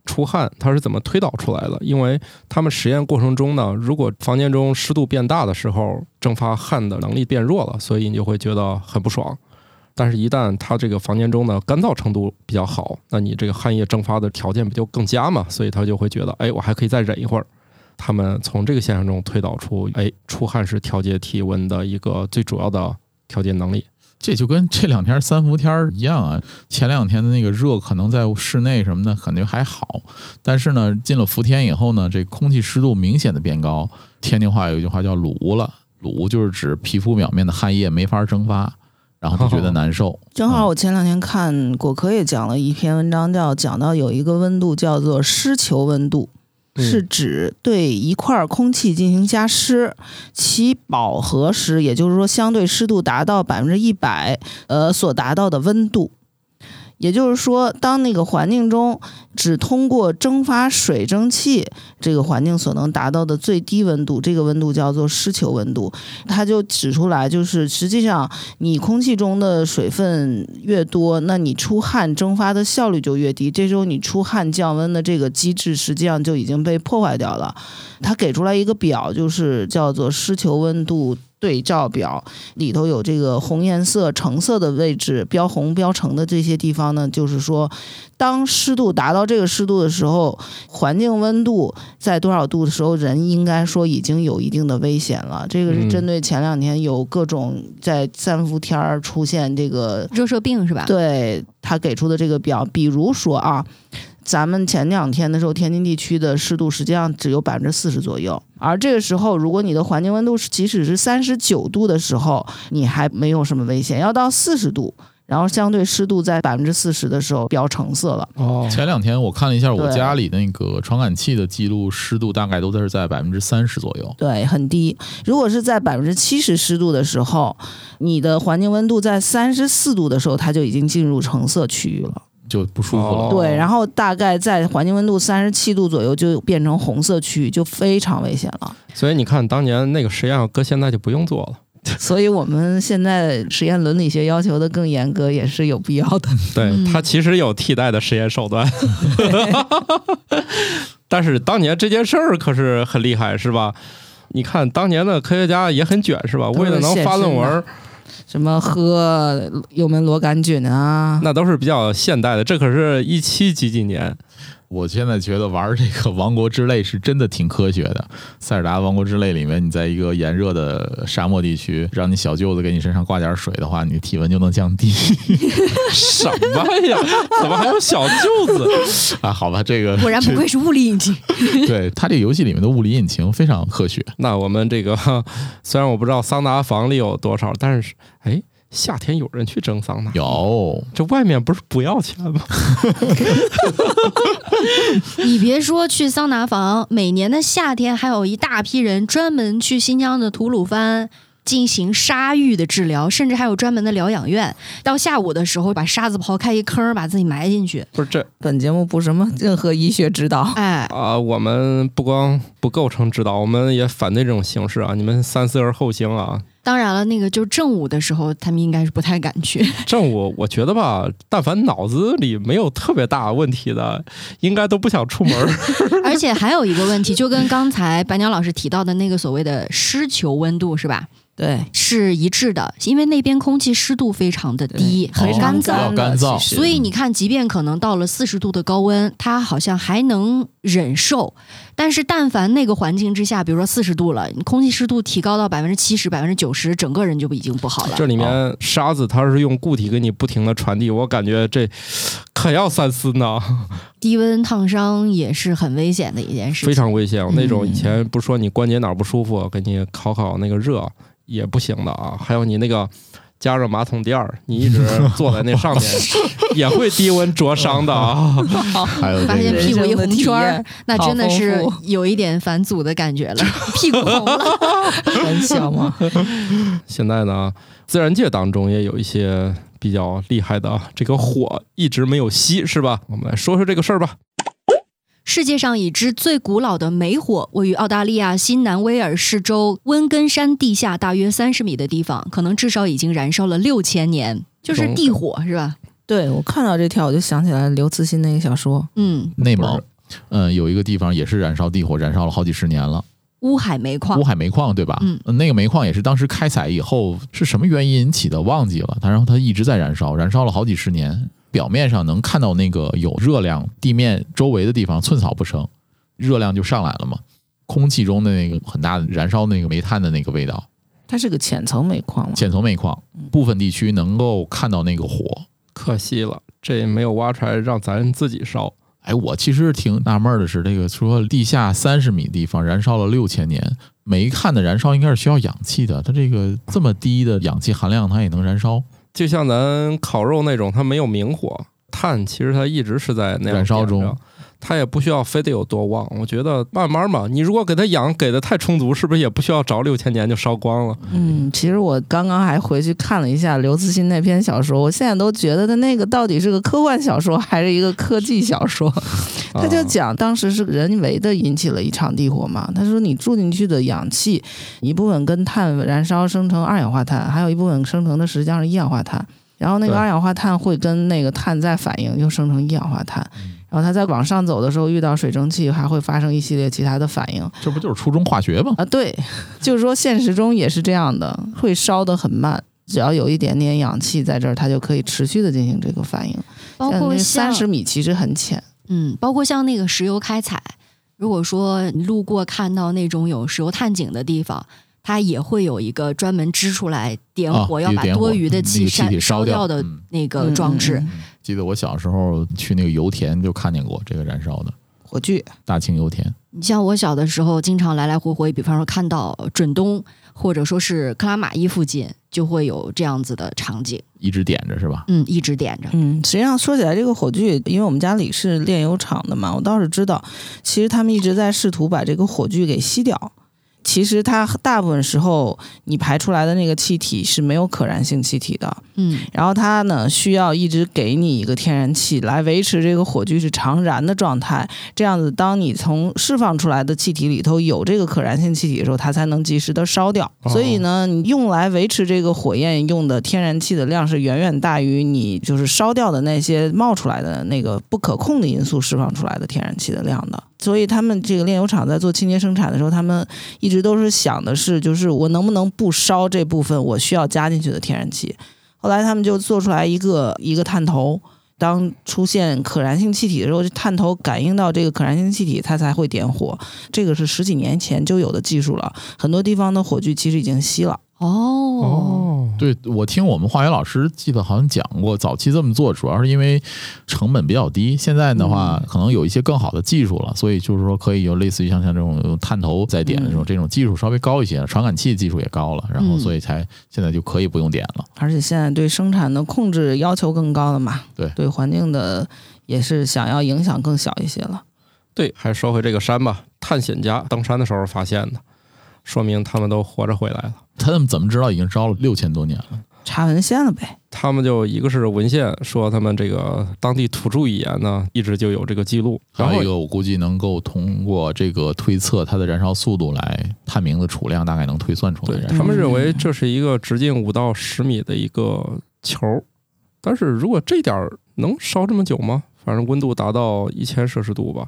A: 出汗它是怎么推导出来的？因为他们实验过程中呢，如果房间中湿度变大的时候，蒸发汗的能力变弱了，所以你就会觉得很不爽。但是，一旦它这个房间中的干燥程度比较好，那你这个汗液蒸发的条件不就更佳嘛？所以他就会觉得，哎，我还可以再忍一会儿。他们从这个现象中推导出，哎，出汗是调节体温的一个最主要的调节能力。
D: 这就跟这两天三伏天儿一样啊。前两天的那个热，可能在室内什么的感觉还好，但是呢，进了伏天以后呢，这空气湿度明显的变高。天津话有一句话叫“鲁无了”，鲁无就是指皮肤表面的汗液没法蒸发，然后就觉得难受。
C: 正好我前两天看果壳也讲了一篇文章叫，讲到有一个温度叫做湿球温度，
A: 嗯
C: 是指对一块空气进行加湿，其饱和时，也就是说相对湿度达到百分之一百，呃，所达到的温度。也就是说，当那个环境中只通过蒸发水蒸气这个环境所能达到的最低温度，这个温度叫做湿球温度。他就指出来，就是实际上你空气中的水分越多，那你出汗蒸发的效率就越低。这时候你出汗降温的这个机制实际上就已经被破坏掉了。他给出来一个表，就是叫做湿球温度对照表，里头有这个红颜色、橙色的位置，标红标橙的这些地方呢，就是说，当湿度达到这个湿度的时候，环境温度在多少度的时候，人应该说已经有一定的危险了。这个是
A: 嗯
C: 针对前两天有各种在三伏天儿出现这个
B: 热射病是吧？
C: 对他给出的这个表，比如说啊，咱们前两天的时候，天津地区的湿度实际上只有百分之四十左右，而这个时候，如果你的环境温度是即使是三十九度的时候，你还没有什么危险，要到四十度。然后相对湿度在百分之四十的时候标橙色了，
A: 哦
D: 前两天我看了一下我
C: 对
D: 家里那个传感器的记录，湿度大概都是在百分之三十左右。
C: 对，很低。如果是在百分之七十湿度的时候，你的环境温度在三十四度的时候，它就已经进入橙色区域了。
D: 就不舒服
A: 哦
D: 了。
C: 对，然后大概在环境温度三十七度左右就变成红色区域，就非常危险 了。
A: 所以你看，当年那个实验，啊搁现在就不用做了。
C: 所以我们现在实验伦理学要求的更严格也是有必要的。
A: 对，
B: 嗯
A: 它其实有替代的实验手段， 但是当年这件事儿可是很厉害，是吧？你看当年的科学家也很卷，是吧？
C: 都
A: 为
C: 是
A: 了能发论文
C: 写
A: 儿，
C: 什么喝幽门螺杆菌啊，
A: 那都是比较现代的。这可是一七几几年，
D: 我现在觉得玩这个《王国之泪》是真的挺科学的，《塞尔达王国之泪》里面，你在一个炎热的沙漠地区，让你小舅子给你身上挂点水的话，你的体温就能降低
A: 什么呀？怎么还有小舅子？
D: 啊。好吧，这个
B: 果然不愧是物理引 擎。
D: 对它这个游戏里面的物理引擎非常科学。
A: 那我们这个 虽然我不知道桑拿房里有多少，但是哎，夏天有人去蒸桑拿，
D: 有
A: 这外面不是不要钱吗？
B: 你别说去桑拿房，每年的夏天还有一大批人专门去新疆的吐鲁番进行沙浴的治疗，甚至还有专门的疗养院。到下午的时候，把沙子刨开一坑儿，把自己埋进去。
A: 不是这
C: 本节目不是什么任何医学指导。
B: 哎，
A: 啊、我们不光不构成指导，我们也反对这种形式啊！你们三思而后行啊！
B: 当然了，那个就正午的时候，他们应该是不太敢去。
A: 正午我觉得吧，但凡脑子里没有特别大问题的，应该都不想出门儿。
B: 而且还有一个问题，就跟刚才白鸟老师提到的那个所谓的湿球温度是吧，
C: 对，
B: 是一致的，因为那边空气湿度非常的低，
D: 对
B: 很
D: 哦
B: 干燥。
D: 比较干燥
C: 其实
B: 所以你看，即便可能到了四十度的高温，它好像还能忍受。但是，但凡那个环境之下，比如说四十度了，你空气湿度提高到百分之七十、百分之九十，整个人就已经不好了
A: 这。里面沙子它是用固体给你不停的传递，我感觉这可要三思呢，
B: 低温烫伤也是很危险的一件事
A: 非
B: 情。
A: 常危险。那种以
D: 嗯
A: 前不是说你关节哪儿不舒服，给你烤烤那个热也不行的啊。还有你那个加热马桶垫儿，你一直坐在那上面 也会低温灼伤的啊。
D: 还有
B: 发
D: 这
B: 现
D: 个
B: 屁股一红圈
C: 人生的
B: 儿
C: 体，
B: 那真的是
C: 好丰
B: 有一点返祖的感觉了，屁股红了。
C: 很小嘛，
A: 现在呢，自然界当中也有一些比较厉害的啊，这个火一直没有熄，是吧？我们来说说这个事儿吧。
B: 世界上已知最古老的煤火位于澳大利亚新南威尔士州温根山地下大约三十米的地方，可能至少已经燃烧了六千年，就是地火是吧？
C: 对我看到这条我就想起来刘慈欣那个小说，
B: 嗯，
D: 内蒙，嗯，有一个地方也是燃烧地火，燃烧了好几十年了，
B: 乌海煤矿
D: 乌。海煤矿对吧？
B: 嗯
D: 呃，那个煤矿也是当时开采以后是什么原因引起的忘记了，它然后它一直在燃烧，燃烧了好几十年，表面上能看到那个有热量，地面周围的地方寸草不生，热量就上来了嘛，空气中的那个很大的燃烧那个煤炭的那个味道，
C: 它是个浅层煤矿嘛，
D: 浅层煤矿部分地区能够看到那个火。
A: 可惜了，这没有挖出来让咱自己烧。
D: 哎，我其实挺纳闷儿的是，这个说地下三十米地方燃烧了六千年，煤炭的燃烧应该是需要氧气的，它这个这么低的氧气含量，它也能燃烧？
A: 就像咱烤肉那种，它没有明火，碳其实它一直是在那样
D: 燃烧中
A: 点着。它也不需要非得有多旺。我觉得慢慢嘛，你如果给它养给的太充足，是不是也不需要找六千年就烧光了？
C: 嗯，其实我刚刚还回去看了一下刘慈欣那篇小说，我现在都觉得他那个到底是个科幻小说还是一个科技小说？他就
A: 啊
C: 讲当时是人为的引起了一场地火嘛。他说你住进去的氧气，一部分跟碳燃烧生成二氧化碳，还有一部分生成的实际上是一氧化碳。然后那个
A: 对
C: 二氧化碳会跟那个碳再反应，又生成一氧化碳。然后它再往上走的时候，遇到水蒸气，还会发生一系列其他的反应。
D: 这不就是初中化学吗？
C: 啊，对，就是说现实中也是这样的，会烧得很慢。只要有一点点氧气在这儿，它就可以持续的进行这个反应。
B: 包括像
C: 三十米其实很浅，
B: 嗯，包括像那个石油开采，如果说你路过看到那种有石油探井的地方，它也会有一个专门支出来点
D: 啊
B: 火，要
D: 一
B: 把
D: 点
B: 多
D: 火
B: 余的
D: 嗯那
B: 气
D: 个气
B: 烧
D: 体烧
B: 掉
D: 掉
B: 的
D: 嗯
B: 那个装置。
C: 嗯嗯嗯
D: 记得我小时候去那个油田就看见过这个燃烧的
C: 火炬
D: 大庆油田，
B: 你像我小的时候，经常来来回回，比方说看到准东或者说是克拉玛依附近，就会有这样子的场景，
D: 一直点着是吧？
B: 嗯，一直点着。
C: 嗯，实际上说起来，这个火炬，因为我们家里是炼油厂的嘛，我倒是知道，其实他们一直在试图把这个火炬给吸掉。其实它大部分时候，你排出来的那个气体是没有可燃性气体的，
B: 嗯，
C: 然后它呢需要一直给你一个天然气来维持这个火炬是常燃的状态，这样子当你从释放出来的气体里头有这个可燃性气体的时候，它才能及时的烧掉。
A: 哦
C: 所以呢，你用来维持这个火焰用的天然气的量是远远大于你就是烧掉的那些冒出来的那个不可控的因素释放出来的天然气的量的。所以他们这个炼油厂在做清洁生产的时候，他们一直都是想的是，就是我能不能不烧这部分我需要加进去的天然气。后来他们就做出来一个一个探头，当出现可燃性气体的时候，这探头感应到这个可燃性气体，它才会点火。这个是十几年前就有的技术了，很多地方的火炬其实已经熄了。
B: 哦，
D: 对，我听我们化学老师记得好像讲过，早期这么做主要是因为成本比较低。现在的话，
B: 嗯
D: 可能有一些更好的技术了，所以就是说可以有类似于像像这种用探头在点的这种、这种技术稍微高一些，传感器技术也高了，然后
B: 嗯
D: 所以才现在就可以不用点了。
C: 而且现在对生产的控制要求更高了嘛，
D: 对
C: 对环境的也是想要影响更小一些了。
A: 对，还说回这个山吧，探险家登山的时候发现的，说明他们都活着回来了。
D: 他们怎么知道已经烧了六千多年了？
C: 查文献了呗，
A: 他们就一个是文献说他们这个当地土著语言呢，一直就有这个记录，然
D: 还有
A: 后
D: 一个，我估计能够通过这个推测它的燃烧速度来探明的储量，大概能推算出来
A: 对
D: 燃烧。
A: 他们认为这是一个直径五到十米的一个球儿，但是如果这点儿能烧这么久吗？反正温度达到一千摄氏度吧，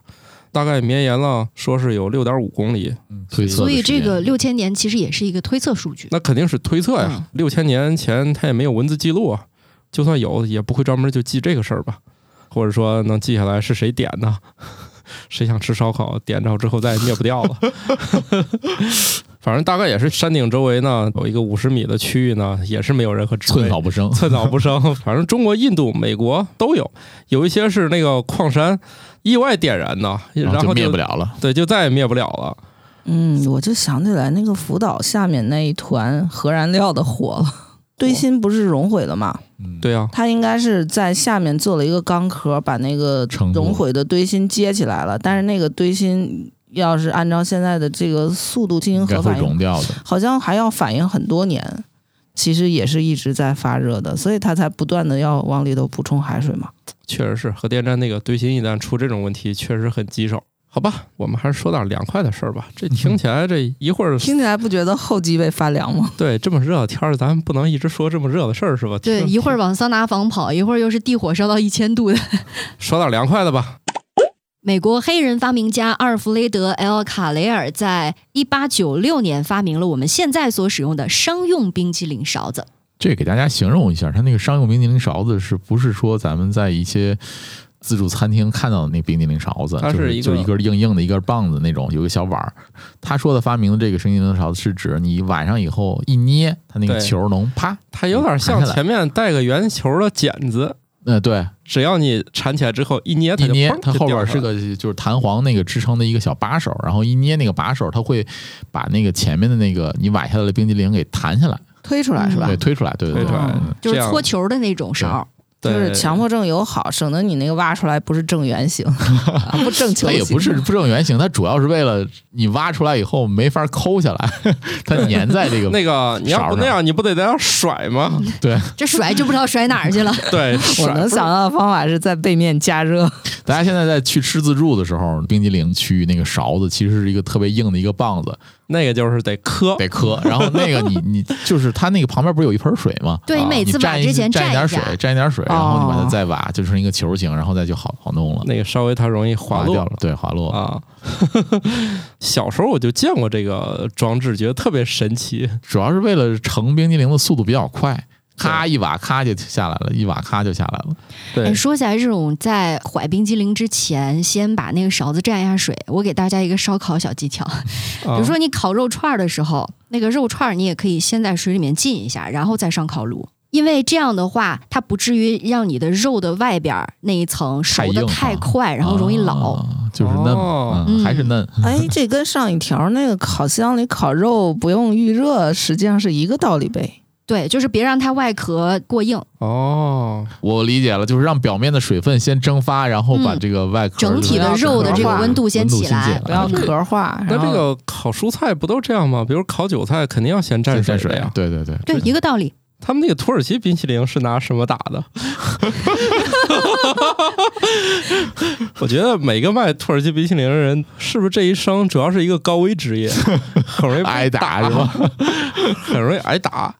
A: 大概绵延了说是有六点五公里，
D: 嗯推测的
B: 所以
D: 时
B: 这
D: 间
B: 个六千年其实也是一个推测 数据。
A: 那肯定是推测
D: 嗯
A: 呀。六千年前他也没有文字记录啊，就算有，也不会专门就记这个事儿吧？或者说能记下来是谁点的？ 谁想吃烧烤，点着之后再也灭不掉了。 反正大概也是山顶周围呢有一个五十米的区域呢，也是没有任何植被
D: 寸草不生。
A: 寸草不生。 反正中国、印度、美国都有，有一些是那个矿山意外点燃的，然后
D: 就
A: 就
D: 灭不了了。
A: 对，就再也灭不了了。
C: 嗯，我就想起来那个福岛下面那一团核燃料的火了。堆芯不是熔毁了吗？
D: 嗯，
A: 对啊，
C: 它应该是在下面做了一个钢壳，把那个
D: 撑住
C: 熔毁的堆芯接起来了。但是那个堆芯要是按照现在的这个速度进行
D: 应该
C: 核
D: 会
C: 反应，
D: 融掉的。
C: 好像还要反应很多年。其实也是一直在发热的，所以它才不断的要往里头补充海水嘛。
A: 确实是核电站那个堆芯一旦出这种问题，确实很棘手。好吧，我们还是说点凉快的事儿吧。
D: 嗯
A: 这听起来这一会儿
C: 听起来不觉得后脊背发凉吗？
A: 对这么热的天儿，咱不能一直说这么热的事儿是吧？
B: 对，
A: 听
B: 一会儿往桑拿房跑，一会儿又是地火烧到一千度的。
A: 说点凉快的吧。
B: 美国黑人发明家阿尔弗雷德 ·L· 卡雷尔在1896年发明了我们现在所使用的商用冰淇淋勺子。
D: 这给大家形容一下，它那个商用冰激凌勺子是不是说咱们在一些自助餐厅看到的那冰激凌勺子？
A: 它
D: 就是是
A: 一个
D: 就一根硬硬的一根棒子那种，有个小碗儿。他说的发明的这个冰激凌勺子是指你晚上以后一捏，它那个
A: 对
D: 球能啪。
A: 它有点像
D: 弹嗯开来
A: 前面带个圆球的剪子，
D: 呃，对，
A: 只要你缠起来之后一捏，它
D: 一
A: 就
D: 捏
A: 砰，
D: 它
A: 就
D: 后
A: 掉
D: 边
A: 下
D: 是
A: 来
D: 个就是弹簧那个支撑的一个小把手，然后一捏那个把手，它会把那个前面的那个你崴下来的冰激凌给弹下来，
C: 推出来是吧？
D: 嗯对，推出来，对
A: 推
D: 对对
A: 出来
C: 哦，
A: 嗯
B: 就是
A: 这样
B: 搓球的那种勺，
C: 就
A: 对
C: 是强迫症友好，省得你那个挖出来不是正圆 形，啊不正球
D: 它
C: 形，
D: 也不是不正圆形，它主要是为了你挖出来以后没法抠下来，它粘在这个
A: 那个你要不那样，你不得在那甩吗？
D: 对。
B: 这甩就不知道甩哪儿去了。
A: 对，
C: 我
A: 甩
C: 能想到的方法是在背面加热，
D: 大家现在在去吃自助的时候，冰激凌区那个勺子其实是一个特别硬的一个棒子，
A: 那个就是得磕，
D: 得磕。然后那个你 你就是它那个旁边不是有一盆水吗？
B: 对
A: 啊
B: 你每
D: 你
B: 次
D: 蘸
B: 把
D: 一
B: 之前
D: 蘸
B: 蘸
D: 一
B: 下哦
D: 点，水，蘸一点水，然后你把它再挖，就成一个球形，然后再就好好弄了，
A: 那个稍微它容易滑
D: 滑
A: 落
D: 掉了，对，滑落。
A: 啊。 小时候我就见过这个装置，觉得特别神奇。
B: 哎
D: 主要是为了盛冰激凌的速度比较快，咔一瓦咔就下来了，一瓦咔就下来了。
A: 对
B: 哎，，说起来，这种在怀冰激凌之前，先把那个勺子蘸一下水。我给大家一个烧烤小技巧，比
A: 啊
B: 如说你烤肉串儿的时候，那个肉串儿你也可以先在水里面浸一下，然后再上烤炉，因为这样的话，它不至于让你的肉的外边儿那一层熟
D: 太硬
B: 的
D: 了
B: 太快，然后容易老。
D: 啊，就是嫩嘛
A: 哦，
D: 嗯
B: 嗯
D: 还是嫩。
C: 哎，这跟上一条那个烤箱里烤肉不用预热，实际上是一个道理呗。
B: 对，就是别让它外壳过硬，
A: 哦，
D: 我理解了，就是让表面的水分先蒸发，然后把
B: 嗯
D: 这个外壳
B: 整体的肉的这个温度先起来
D: 温度
C: 不要
A: 嗯
C: 壳化。
A: 那
C: 然后
A: 这 个烤蔬菜不都这样吗？比如烤韭菜，肯定要先蘸水啊
D: 先蘸
A: 的
D: 水啊
A: 呀。
D: 对对对，
B: 对，一个道理。
A: 他们那个土耳其冰淇淋是拿什么打的？我觉得每个卖土耳其冰淇淋的人，是不是这一生主要是一个高危职业， 很容易被
D: 挨打
A: 打
D: 是吧？
A: 很容易挨打。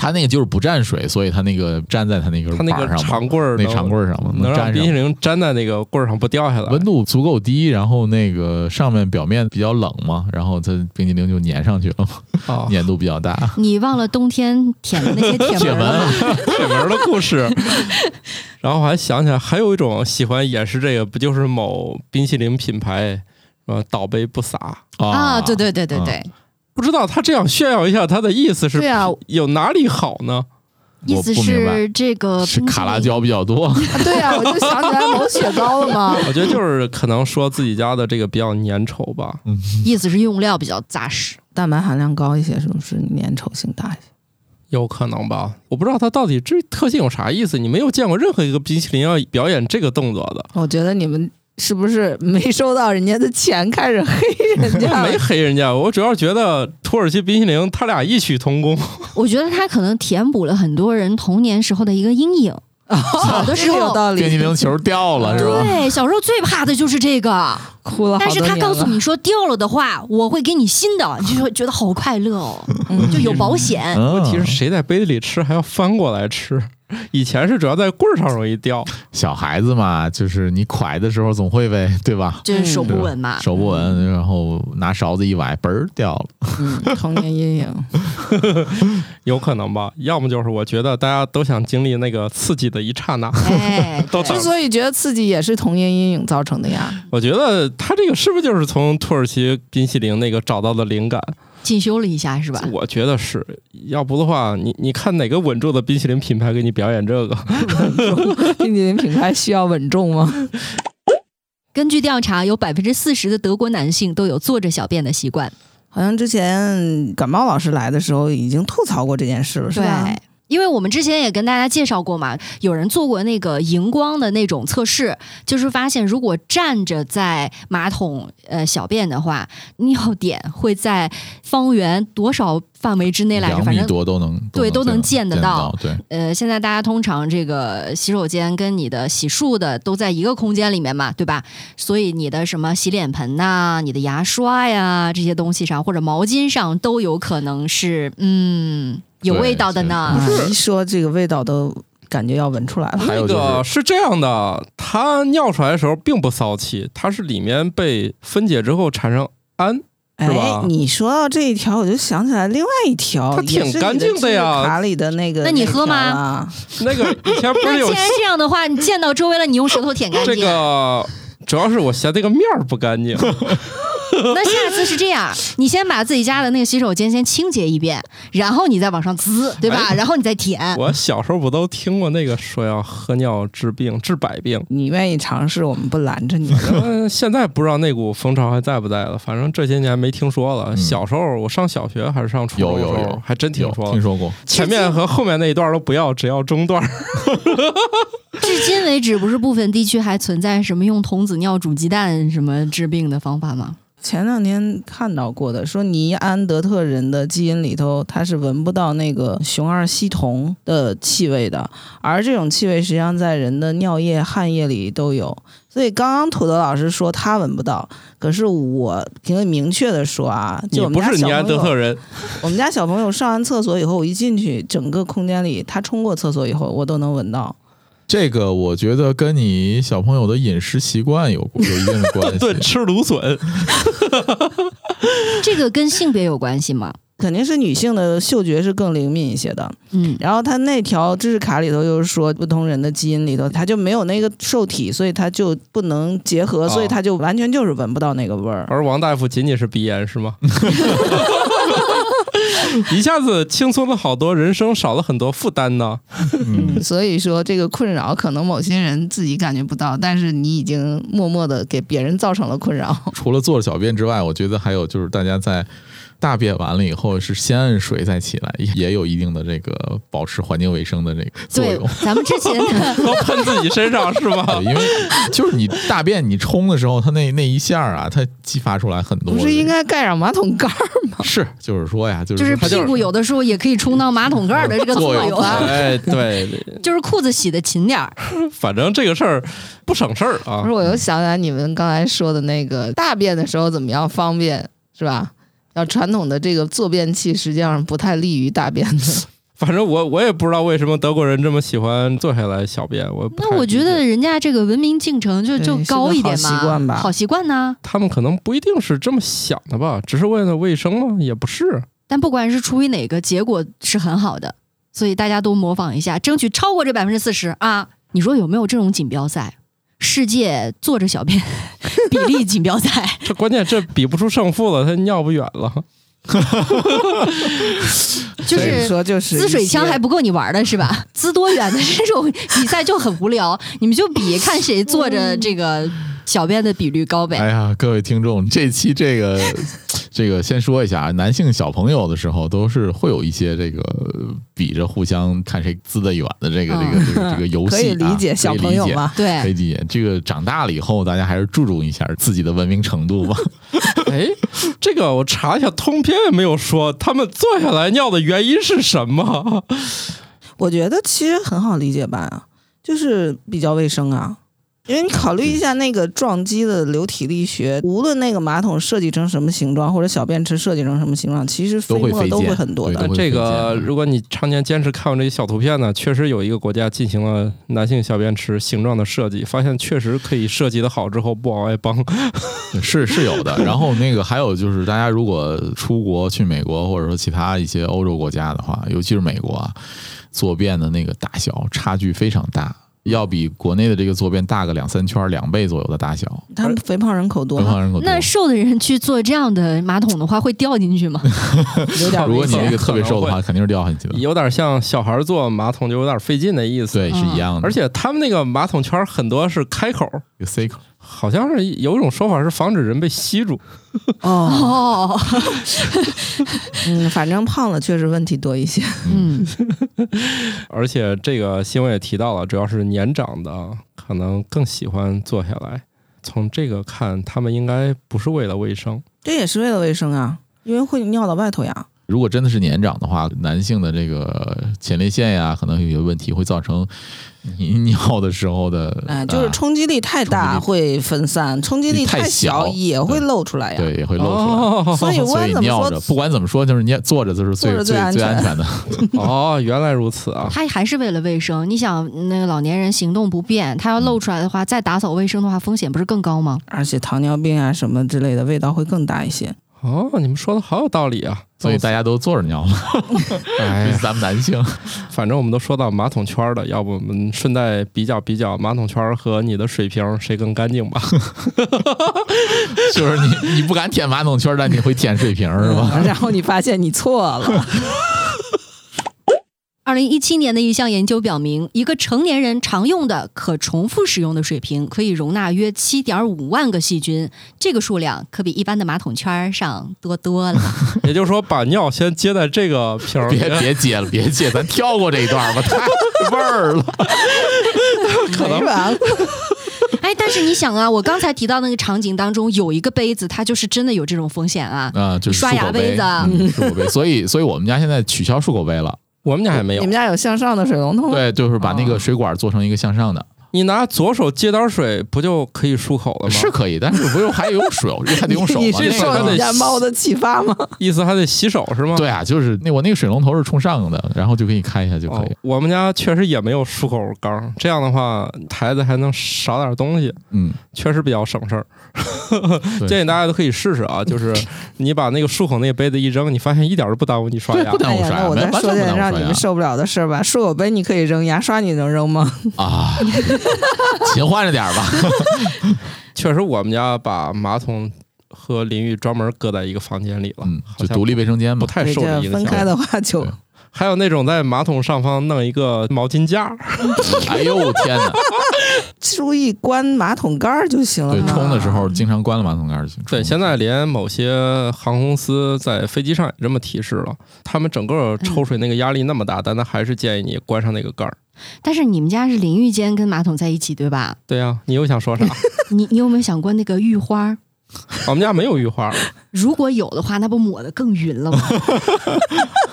D: 它那个就是不蘸水，所以它那个粘在它那个
A: 他那个
D: 板上嘛
A: 长棍儿
D: 那
A: 能，
D: 长棍儿上嘛，
A: 能让
D: 粘
A: 冰淇
D: 上。
A: 淋粘在那个棍儿上不掉下来。
D: 温度足够低，然后那个上面表面比较冷嘛，然后它冰激凌就粘上去了嘛，
A: 啊，
B: 哦
D: 粘度比较大。
B: 你忘了冬天舔的那 些铁
D: 铁
B: 门了
D: 门
B: 吗？
A: 这门儿的故事。然后我还想起来，还有一种喜欢也是这个，不就是某冰淇淋品牌什么倒杯不洒？
D: 哦
B: 啊，对对对对对，
A: 不知道他这样炫耀一下，他的意思是
B: 对啊，
A: 有哪里好呢？
B: 意思
D: 我不明白
B: 是呃这个
D: 是
B: 冰淇
D: 卡拉
B: 淋
D: 胶比较多，
C: 啊对呀、我就想起来某雪糕了嘛。
A: 我觉得就是可能说自己家的这个比较粘稠吧。
B: 意思是用料比较扎实。
C: 蛋白含量高一些，是不是粘稠性大一些？
A: 有可能吧，我不知道它到底这特性有啥意思。你没有见过任何一个冰淇淋要表演这个动作的，
C: 我觉得你们是不是没收到人家的钱，开始黑人家
A: 没
C: 了？
A: 黑人家。我主要觉得土耳其冰淇淋，它俩异曲同工。
B: 我觉得它可能填补了很多人童年时候的一个阴 影。小的时
C: 这有
B: 候，
C: 道理，
D: 冰激凌球掉了是吧？
B: 对，小时候最怕的就是这个。
C: 哭了好
B: 但
C: 多
B: 是
C: 年了。
B: 他告诉你说掉了的话，我会给你新的，你就会觉得好快乐 哦，
C: 嗯，
B: 就有保险。
D: 问
A: 问题是谁在杯子里吃还要翻过来吃？ 以前是主要在棍儿上容易 掉，
D: 小孩子嘛，就是你蒯的时候总会 呗，对吧？
B: 就是手不稳嘛，
D: 手不
B: 嗯
D: 稳，然后拿勺子一崴，嘣儿掉了。
C: 嗯童年阴影。
A: 有可能吧？要么就是我觉得大家都想经历那个刺激的一刹 那。
B: 哎，
A: 都
B: 对
A: 懂
C: 之所以觉得刺激，也是童年阴影造成的呀。
A: 我觉得他这个是不是就是从土耳其冰淇淋那个找到的灵感？
B: 进修了一下是吧？
A: 我觉得是要不的话，你你看哪个稳住的冰淇淋品牌给你表演这个？
C: 冰淇淋品牌需要稳重吗？
B: 根据调查，有百分之四十的德国男性都有坐着小便的习惯，
C: 好像之前感冒老师来的时候已经吐槽过这件事了，是吧？
B: 对。因为我们之前也跟大家介绍过嘛，有人做过那个荧光的那种测试，就是发现如果站着在马桶呃小便的话，尿点会在方圆多少范围之内来着？
D: 两
B: 反
D: 米
B: 正
D: 多都能
B: 对都能见得
D: 得
B: 到。
D: 对，
B: 呃，现在大家通常这个洗手间跟你的洗漱的都在一个空间里面嘛，对吧？所以你的什么洗脸盆呐、你的牙刷呀这些东西上，或者毛巾上，都有可能是嗯有
D: 对
B: 味道的
C: 啊
B: 呢。
C: 一说这个味道都感觉要闻出来了。
D: 还有 就
A: 那个
D: 是
A: 是这样的，它尿出来的时候并不骚气，它是里面被分解之后产生氨，是吧
C: 哎，你说到这一条，我就想起来另外一条，
A: 它挺
C: 也是你
A: 干净
C: 的
A: 的呀
C: 这个卡里的那个，
B: 那你喝吗
C: 那条啊？
A: 那个以前不
B: 那
A: 是 有
B: 既然这样 的话，你见到周围了，你用舌头舔干
A: 这
B: 净。
A: 个，主要是我嫌这个面儿不干净。
B: 那下次是这 样，你先把自己家的那个洗手间先清洁一遍，然后你再往上滋，对吧？
A: 哎
B: 然后你再舔。
A: 我小时候不都听过那个说要喝尿治病治百病？
C: 你愿意尝试，我们不拦着你。
A: 嗯，现在不知道那股风潮还在不在了，反正这些年没听说了。
D: 嗯
A: 小时候我上小学还是上初中的时候，
D: 有有有
A: 还真听
D: 有
A: 说了
D: 听说过，
A: 前面和后面那一段都不要，只要中段。
B: 至今为止，不是部分地区还存在什么用童子尿煮鸡蛋什么治病的方法吗？
C: 前两天看到过的，说尼安德特人的基因里头，他是闻不到那个熊二烯酮的气味的，而这种气味实际上在人的尿液、汗液里都有。所以刚刚土豆老师说他闻不到，可是我 挺明确的说啊，
A: 你
C: 就我们
A: 不
C: 家
A: 是
C: 小
A: 尼
C: 朋
A: 安德
C: 友，
A: 特人，
C: 我们家小朋友上完厕所以后，我一进去，整个空间里他冲过厕所以后，我都能闻到。
D: 这个我觉得跟你小朋友的饮食习惯有有一定的 关
A: 顿
D: 系。
A: 吃芦笋，
B: 这个跟性别有关系吗？
C: 肯定是女性的嗅觉是更灵敏一些的，
B: 嗯，
C: 然后他那条知识卡里头就是说，不同人的基因里头，他就没有那个受体，所以他就不能结合，
A: 哦
C: 所以他就完全就是闻不到那个味儿。
A: 而王大夫仅仅是鼻炎，是 吗？一下子轻松了好多，人生少了很多负担呢。
D: 嗯，
C: 所以说这个困扰可能某些人自己感觉不到，但是你已经默默的给别人造成了困扰。
D: 除了做小便之外，我觉得还有就是大家在大便完了以后是先摁水再起来，也也有一定的这个保持环境卫生的这个作
B: 对
D: 用。，
B: 咱们 之前
A: 都喷自己身上是吗？
D: 对，因为就是你大便你冲的时候，它那那一下儿啊，它激发出来很多。
C: 不是应该盖上马桶盖儿？
D: 是就是说呀，就
B: 就是是
D: 它
B: 屁股有的时候也可以冲到马桶盖儿的这个作
D: 作
B: 用
D: 用
B: 啊，
A: 哎，对，
B: 就是裤子洗的勤点儿。
A: 反正这个事儿不省事儿啊
F: 不。是，我又想起来你们刚才说的那个大便的时候怎么样方便，是吧？要传统的这个坐便器实际上不太利于大便的。
A: 反正我我也不知道为什么德国人这么喜欢坐下来小便。我不太
B: 那我觉
A: 理解
B: 得人家这个文明进程就
C: 对
B: 就是高
C: 个
B: 一
C: 好
B: 点
C: 习
B: 嘛，
C: 惯吧
B: 好习惯呐、
A: 他们可能不一定是这么想的吧，只是为了卫生吗？也不是。
B: 但不管是出于哪个，结果是很好的，所以大家都模仿一下，争取超过这百分之四十啊！你说有没有这种锦标赛？世界坐着小便比例锦标 赛，
A: 这关键这比不出胜负了，他尿不远 了。
B: 就
C: 所以
B: 是
C: 说就是
B: 滋水枪
C: 一些
B: 还不够你玩的是吧？滋多远的这种比赛就很无聊，你们就比 看谁坐着这个小便的比率高呗。
D: 哎呀，各位听众，这期这个 这个先说一下啊，男性小朋友的时候都是会有一些这个呃比着互相看谁滋得远的这个这个这个这个游戏、
C: 嗯
D: 啊，
C: 可以理解小朋友
D: 吗？
C: 嘛？
B: 对
D: 可以理解，这个长大了以后，大家还是注重一下自己的文明程度吧。
A: 哎，这个我查一下，通篇也没有说他们坐下来尿的原因是什么。
C: 我觉得其实很好理解吧，就是比较卫生啊。因为你考虑一下那个撞击的流体力学，无论那个马桶设计成什么形状，或者小便池设计成什么形状，其实飞
D: 都会
C: 沫
D: 飞
C: 都会
D: 溅
C: 很多
D: 对
C: 的
A: 那。
D: 会
A: 这个，
D: 推荐
A: 如果你常年坚持看完这些小图片呢，确实有一个国家进行了男性小便池形状的设计，发现确实可以设计的好之后不往外帮。
D: 是是有的。然后那个还有就是，大家如果出国去美国，或者说其他一些欧洲国家的话，尤其是美国啊，坐便的那个大小差距非常大，要比国内的这个坐便大个两三圈儿，两倍左右的大小。
C: 他们肥胖人口多
D: 东
C: 嘛，
D: 方人口多
B: 那瘦的人去坐这样的马桶的话，会掉进去 吗？
C: 有点
D: 如果
C: 危
D: 你
C: 险。
D: 那个特别瘦的话，肯定是掉下去的。
A: 有点像小孩坐马桶就有点费劲的意思。
D: 对，是一样的。
A: 而且他们那个马桶圈很多是开口，
D: 有 C 口，
A: 好像是有一种说法是防止人被吸住。
C: 哦，
B: 哦，
C: 嗯，反正胖了确实问题多一些。
B: 嗯，
A: 而且这个新闻也提到了，主要是年长的可能更喜欢坐下来。从这个看，他们应该不是为了卫生。
C: 这也是为了卫生啊，因为会尿到外头呀。
D: 如果真的是年长的话，男性的这个前列腺呀，可能有些问题会造成你尿的时候的，
C: 哎、就是
D: 啊
C: 冲击力太大
D: 冲
C: 会分散，冲击力
D: 太
C: 小
D: 小
C: 也会漏出来呀。啊
D: 对，也会漏
A: 哦
D: 出
C: 所
D: 来。
C: 以无
D: 所
C: 论
D: 以
C: 怎么
D: 尿着，
C: 说，
D: 不管怎么说，就是你坐着就是最
C: 坐着
D: 最
C: 最安
D: 最
C: 全
D: 安全的。
A: 哦，原来如此啊！
B: 他还是为了卫生。你想，那个老年人行动不便，他要露出来的话，再打扫卫生的话，风险不是更高吗？
C: 而且糖尿病啊什么之类的味道会更大一些。
A: 哦，你们说的好有道理啊！
D: 所
C: 哦
D: 以大家都坐着尿嘛，尤
A: 哎
D: 其是，咱们男 性。
A: 反正我们都说到马桶圈儿了，要不我们顺带比较比较马桶圈儿和你的水瓶谁更干 净吧？
D: 就是你你不敢舔马桶圈，但你会舔水瓶儿 是吧？
C: 嗯然后你发现你 错了，
B: 二零一七年的一项研究表明，一个成年人常用的可重复使用的水瓶可以容纳约七点五万个细菌，这个数量可比一般的马桶圈儿上多多了。
A: 也就是说，把尿先接在这个瓶儿里，
D: 别别接了，别接，咱跳过这一段吧，太味儿 了。
C: 没完了。
B: 哎，但是你想啊，我刚才提到那个场景当中，有一个杯子，它就是真的有这种风险啊。
D: 啊，就是
B: 刷
D: 漱
B: 牙
D: 口
B: 杯
D: 杯
B: 子
D: 嗯漱口杯。所以，所以我们家现在取消漱口杯了。
A: 我们家也没有
F: 你。们家有向上的水龙
C: 嗯
F: 头？，
D: 对，就是把那
C: 哦
D: 个水管做成一个向上的，
A: 你拿左手接点水，不就可以漱口了吗？
D: 是可以，但是不用还用手，还得用手
C: 你
D: 嘛。
C: 是
D: 那
C: 受
D: 个
C: 你家猫的启发吗？
A: 意思还得洗手是吗？
D: 对啊，就是那我那个水龙头是冲上的，然后就给你开一下就可
A: 哦
D: 以。，
A: 我们家确实也没有漱口缸，这样的话孩子还能少点东西，
D: 嗯，
A: 确实比较省事儿。
D: 对
A: 建议大家都可以试试啊， 就是你把那个漱口那杯子一扔，你发现一点儿都不耽误你刷
D: 对
A: 牙
D: 不。耽
C: 哎
D: 误
C: 呀， 那
D: 刷牙，
C: 我
D: 完
C: 再
D: 完全
C: 说
D: 不
C: 点
D: 耽
C: 让
D: 误
C: 你
D: 刷牙
C: 们受不了的事儿 吧。漱口杯你可以扔，牙刷你能扔吗？
D: 啊，勤换着点儿吧。
A: 确实，我们家把马桶和淋浴专门搁在一个房间里了，
D: 嗯，
A: 好
D: 就
A: 像
D: 独立卫生间
A: 不
D: 嘛。
A: 太
C: 你
A: 受
C: 这
A: 这影
C: 分开
A: 响。
C: 的话就
D: 对
A: 还有那种在马桶上方弄一个毛巾架，
D: 哎呦天哪！
C: 注意关马桶盖儿就行了
D: 对，
C: 嘛。
D: 冲的时候经常关了马桶盖儿去冲。
A: 对，现在连某些航空公司在飞机上也这么提示了，他们整个抽水那个压力那么大，但他还是建议你关上那个盖儿。
B: 但是你们家是淋浴间跟马桶在一起，对吧？
A: 对呀、你又想说 啥？
B: 你你有没有想过那个浴花儿？
A: 我们家没有浴花。
B: 如果有的话，那不抹得更匀了吗？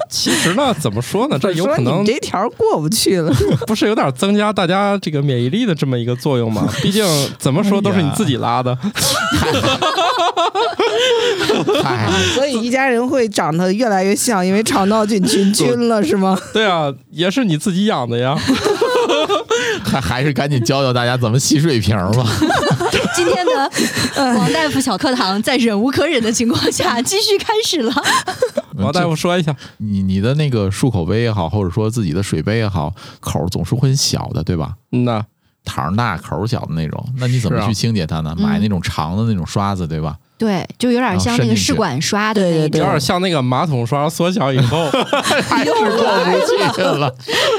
A: 其实呢，怎么说呢？这有
C: 说
A: 可
C: 你
A: 能
C: 们这条过不去了，
A: 不是有点增加大家这个免疫力的这么一个作用吗？毕竟怎么说都是你自己拉
D: 哎
A: 的。
D: 嗨，
C: 所以一家人会长得越来越像，因为肠道菌 群菌了是吗？
A: 对啊，也是你自己养的呀。
D: 还还是赶紧教教大家怎么洗水瓶儿吧。
B: 今 天的呃王大夫小课堂在忍无可忍的情况下继续开始了。
A: 王大夫说一下，
D: 这，你你的那个漱口杯也好，或者说自己的水杯也好，口儿总是会很小的，对吧？
A: 嗯呐，
D: 膛儿大口儿小的那种，那你怎么
A: 是啊
D: 去清洁它呢？
B: 嗯
D: 买那种长的那种刷子，对吧？
B: 对，就有点像那个试管刷的那
C: 对
A: 有
B: 种。
A: 点像那个马桶刷缩小以 后，
D: 还是过
C: 哎
D: 不去了，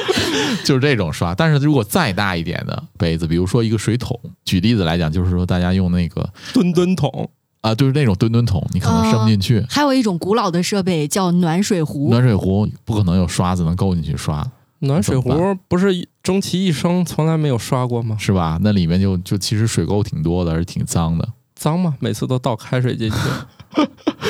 D: 就是这种刷。但是如果再大一点的杯子，比如说一个水桶，举例子来讲，就是说大家用那个
A: 蹲蹲桶。
D: 啊、就是那种蹲蹲桶，你可能伸不进去。
B: 还有一种古老的设备叫暖水壶，
D: 暖水壶不可能有刷子能够进去刷，
A: 暖水
D: 怎么
A: 壶不是终其一生从来没有刷过吗？
D: 是吧？那里面就就其实水垢挺多的，而且挺脏的。
A: 脏吗？每次都倒开水 进去。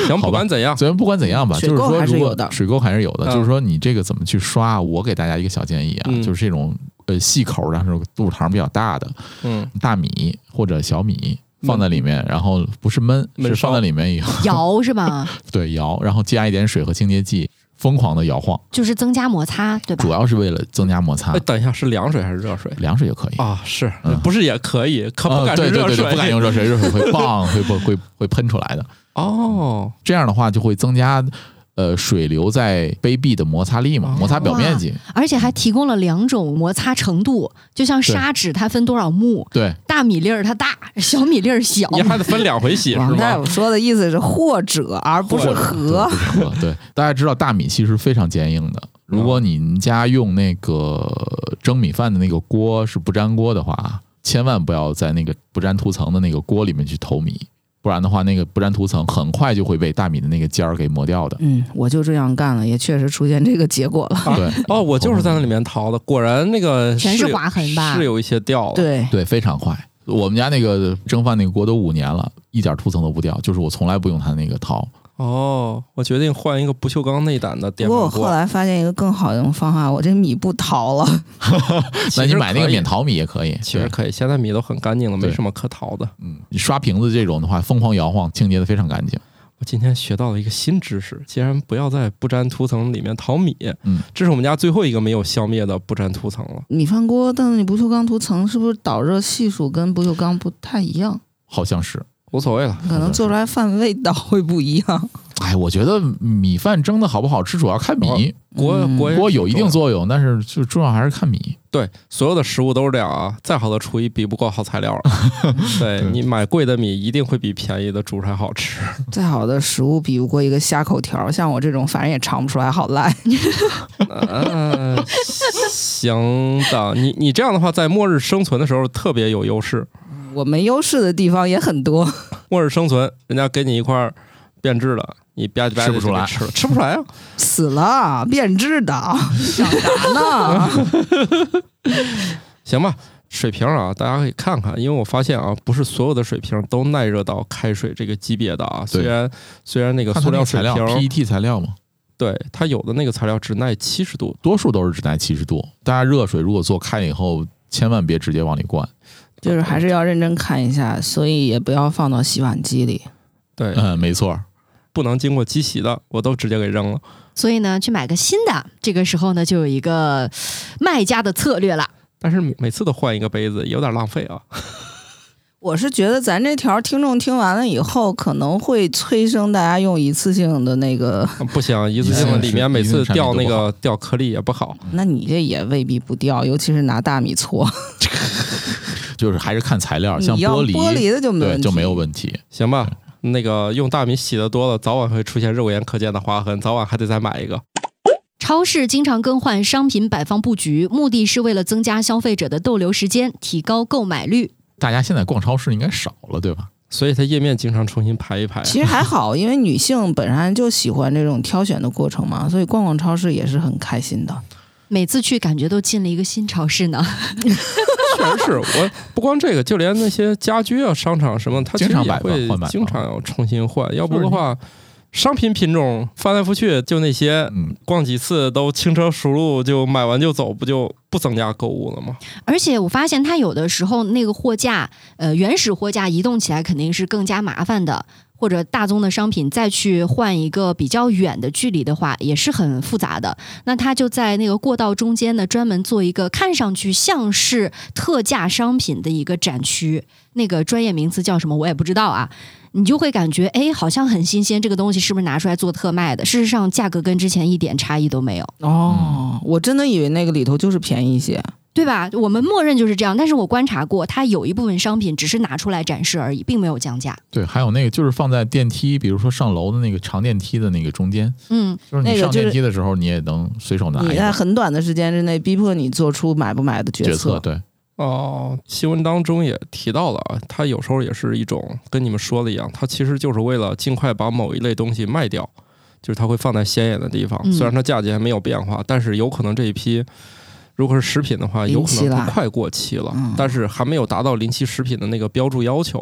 A: 行，
D: 好吧
A: 不管怎样，
D: 虽然不管怎样吧，
C: 水
D: 就
C: 垢
D: 是说
C: 还是
D: 如
C: 有
D: 果
C: 的
D: 水垢还是有
A: 嗯
D: 的，就是说你这个怎么去刷？我给大家一个小建议啊，
A: 嗯
D: 就是这种呃细口儿，但是肚膛比较大的
A: 嗯，
D: 大米或者小米。
C: 嗯
D: 放在里面，然后不是焖，
A: 焖
D: 是
A: 烧
D: 放在里面以后，
B: 摇是 吧？
D: 对摇，然后加一点水和清洁剂，疯狂的摇晃，
B: 就是增加摩擦，对吧
D: 主？要是为了增加摩擦
C: 呃
A: 哎，。等一下，是凉水还是热水？
D: 凉水也可以，
A: 啊，是
D: 嗯
A: 不是也可以？可不
D: 啊，
A: 敢
D: 对
A: 是
D: 对
A: 热
D: 对
A: 水
D: 对，，不敢用热水，热水 会棒，会会会会喷出来的。
A: 哦，
D: 这样的话就会增加呃水流在杯壁的摩擦力嘛，摩擦表面
C: 哦
D: 积。
B: 而且还提供了两种摩擦程度，就像砂纸它分多少目，
D: 对，
B: 大米粒儿它大，小米粒儿小。
A: 你还得分两回 洗是
C: 王大
A: 吗
C: 夫？说的意思是或者，而不是
A: 或者
C: 和
D: 对。不是和 对，大家知道大米其实非常坚硬的。如
A: 嗯
D: 果你们家用那个蒸米饭的那个锅是不粘锅的话，千万不要在那个不粘涂层的那个锅里面去投米，不然的话，那个不粘涂层很快就会被大米的那个尖儿给磨掉的。
C: 嗯，我就这样干了，也确实出现这个结果了。
A: 啊
D: 对，
A: 哦，我就是在那里面淘的，果然那个
B: 全是
A: 有
B: 划痕吧
A: 是有一些掉了。，
C: 对，
D: 对，非常快。我们家那个蒸饭那个锅都五年了，一点涂层都不掉，就是我从来不用它那个陶。
A: 哦，我决定换一个不锈钢内胆的电
C: 不过
A: 饭
C: 我后
A: 锅。
C: 来发现一个更好用方法，我这米不淘了，
A: 其实
D: 那你买那个
A: 可以
D: 免，淘米也可以，
A: 其实
D: 对
A: 可以，现在米都很干净了，没
D: 对
A: 什么可淘的。
D: 嗯，你刷瓶子这种的话，疯狂摇晃，清洁的非常干净。
A: 我今天学到了一个新知识，竟然不要在不粘涂层里面淘米。
D: 嗯，
A: 这是我们家最后一个没有消灭的不粘涂层了。
C: 米饭 锅，但是你不锈钢涂层是不是导热系数跟不锈钢不太一样？
D: 好像是，无所谓了，
C: 可能做出来饭味道会不一 样。
D: 哎，我觉得米饭蒸的好不好吃，主要看米，
A: 锅
C: 嗯
A: 锅也
D: 锅
A: 挺
D: 有一
A: 重
D: 定
A: 要
D: 作用，但是就重要还是看米。
A: 对，所有的食物都是这样啊，再好的厨艺比不过好材 料了。对
D: 对
A: 你买贵的米一定会比便宜的煮出来好吃。
C: 再好的食物比不过一个虾口条儿，像我这种反正也尝不出来好赖。
A: 嗯、行的，你你这样的话，在末日生存的时候特别有优势。
C: 我没优势的地方也很多，
A: 末日生存，人家给你一块儿变质的，你吧唧吧唧
D: 吃不出
A: 就给
D: 来
A: 吃了吃不出来啊。
C: 死了变质 的，想啥呢？
A: 行吧，水瓶啊，大家可以看看，因为我发现啊，不是所有的水瓶都耐热到开水这个级别的啊。虽
D: 对
A: 然虽然那个
D: 看
A: 塑
D: 它那
A: 料水
D: 个材
A: 瓶
D: 料
A: 儿，
D: PET 材料嘛，
A: 对它有的那个材料只耐七十度，
D: 多数都是只耐七十度。大家热水如果做开以后，千万别直接往里灌。
C: 就是还是要认真看一下，所以也不要放到洗碗机里。
A: 对，
D: 嗯，没错儿，
A: 不能经过机洗的，我都直接给扔了。
B: 所以呢，去买个新的，这个时候呢，就有一个卖家的策略了。
A: 但是每每次都换一个杯子，有点浪费 啊。
C: 我是觉得咱这条听众听完了以后，可能会催生大家用一次性的那个，
A: 不行，啊一次性的里面每次掉那
D: 一次性产品都
A: 个掉颗粒也不好。
C: 那你这也未必不掉，尤其是拿大米搓，
D: 就是还是看材料，像
C: 你要
D: 玻璃，
C: 玻璃的就没问
D: 对
C: 题，
D: 就没有问题。
A: 行吧，
D: 嗯
A: 那个用大米洗的多了，早晚会出现肉眼可见的划痕，早晚还得再买一个。
B: 超市经常更换商品摆放布局，目的是为了增加消费者的逗留时间，提高购买率。
D: 大家现在逛超市应该少了，对吧？
A: 所以它页面经常重新排一排。
C: 其实还好，因为女性本身就喜欢这种挑选的过程嘛，所以逛逛超市也是很开心的。
B: 每次去感觉都进了一个新超市呢。
A: 确实是我不光这个，就连那些家居啊、商场什么，它其实
D: 经常
A: 也
D: 摆放嗯
A: 会
D: 换摆放
A: 经常要重新换，要不的话。商品品种翻来覆去就那些，
D: 嗯，
A: 逛几次都轻车熟路，就买完就走，不就不增加购物了吗？
B: 而且我发现它有的时候那个货架，呃，原始货架移动起来肯定是更加麻烦的，或者大宗的商品再去换一个比较远的距离的话，也是很复杂的。那它就在那个过道中间呢，专门做一个看上去像是特价商品的一个展区，那个专业名词叫什么我也不知道啊。你就会感觉，哎，好像很新鲜，这个东西是不是拿出来做特卖的？事实上，价格跟之前一点差异都没有。
C: 哦，我真的以为那个里头就是便宜一些。
B: 对吧？我们默认就是这样，但是我观察过，它有一部分商品只是拿出来展示而已，并没有降价。
D: 对，还有那个就是放在电梯，比如说上楼的那个长电梯的那个中间，
B: 嗯，
D: 就是你
C: 那个
D: 上
C: 就是
D: 电梯的时候，你也能随手拿
C: 你
D: 一
C: 在
D: 个
C: 很短的时间之内逼迫你做出买不买的决
D: 决策，对，
A: 哦，新闻当中也提到了啊，它有时候也是一种跟你们说的一样，它其实就是为了尽快把某一类东西卖掉，就是它会放在显眼的地方。
B: 嗯
A: 虽然它价钱没有变化，但是有可能这一批如果是食品的话，
C: 临
A: 有可
C: 期
A: 能
C: 啦
A: 它快过期了，
C: 嗯
A: 但是还没有达到临期食品的那个标注要求。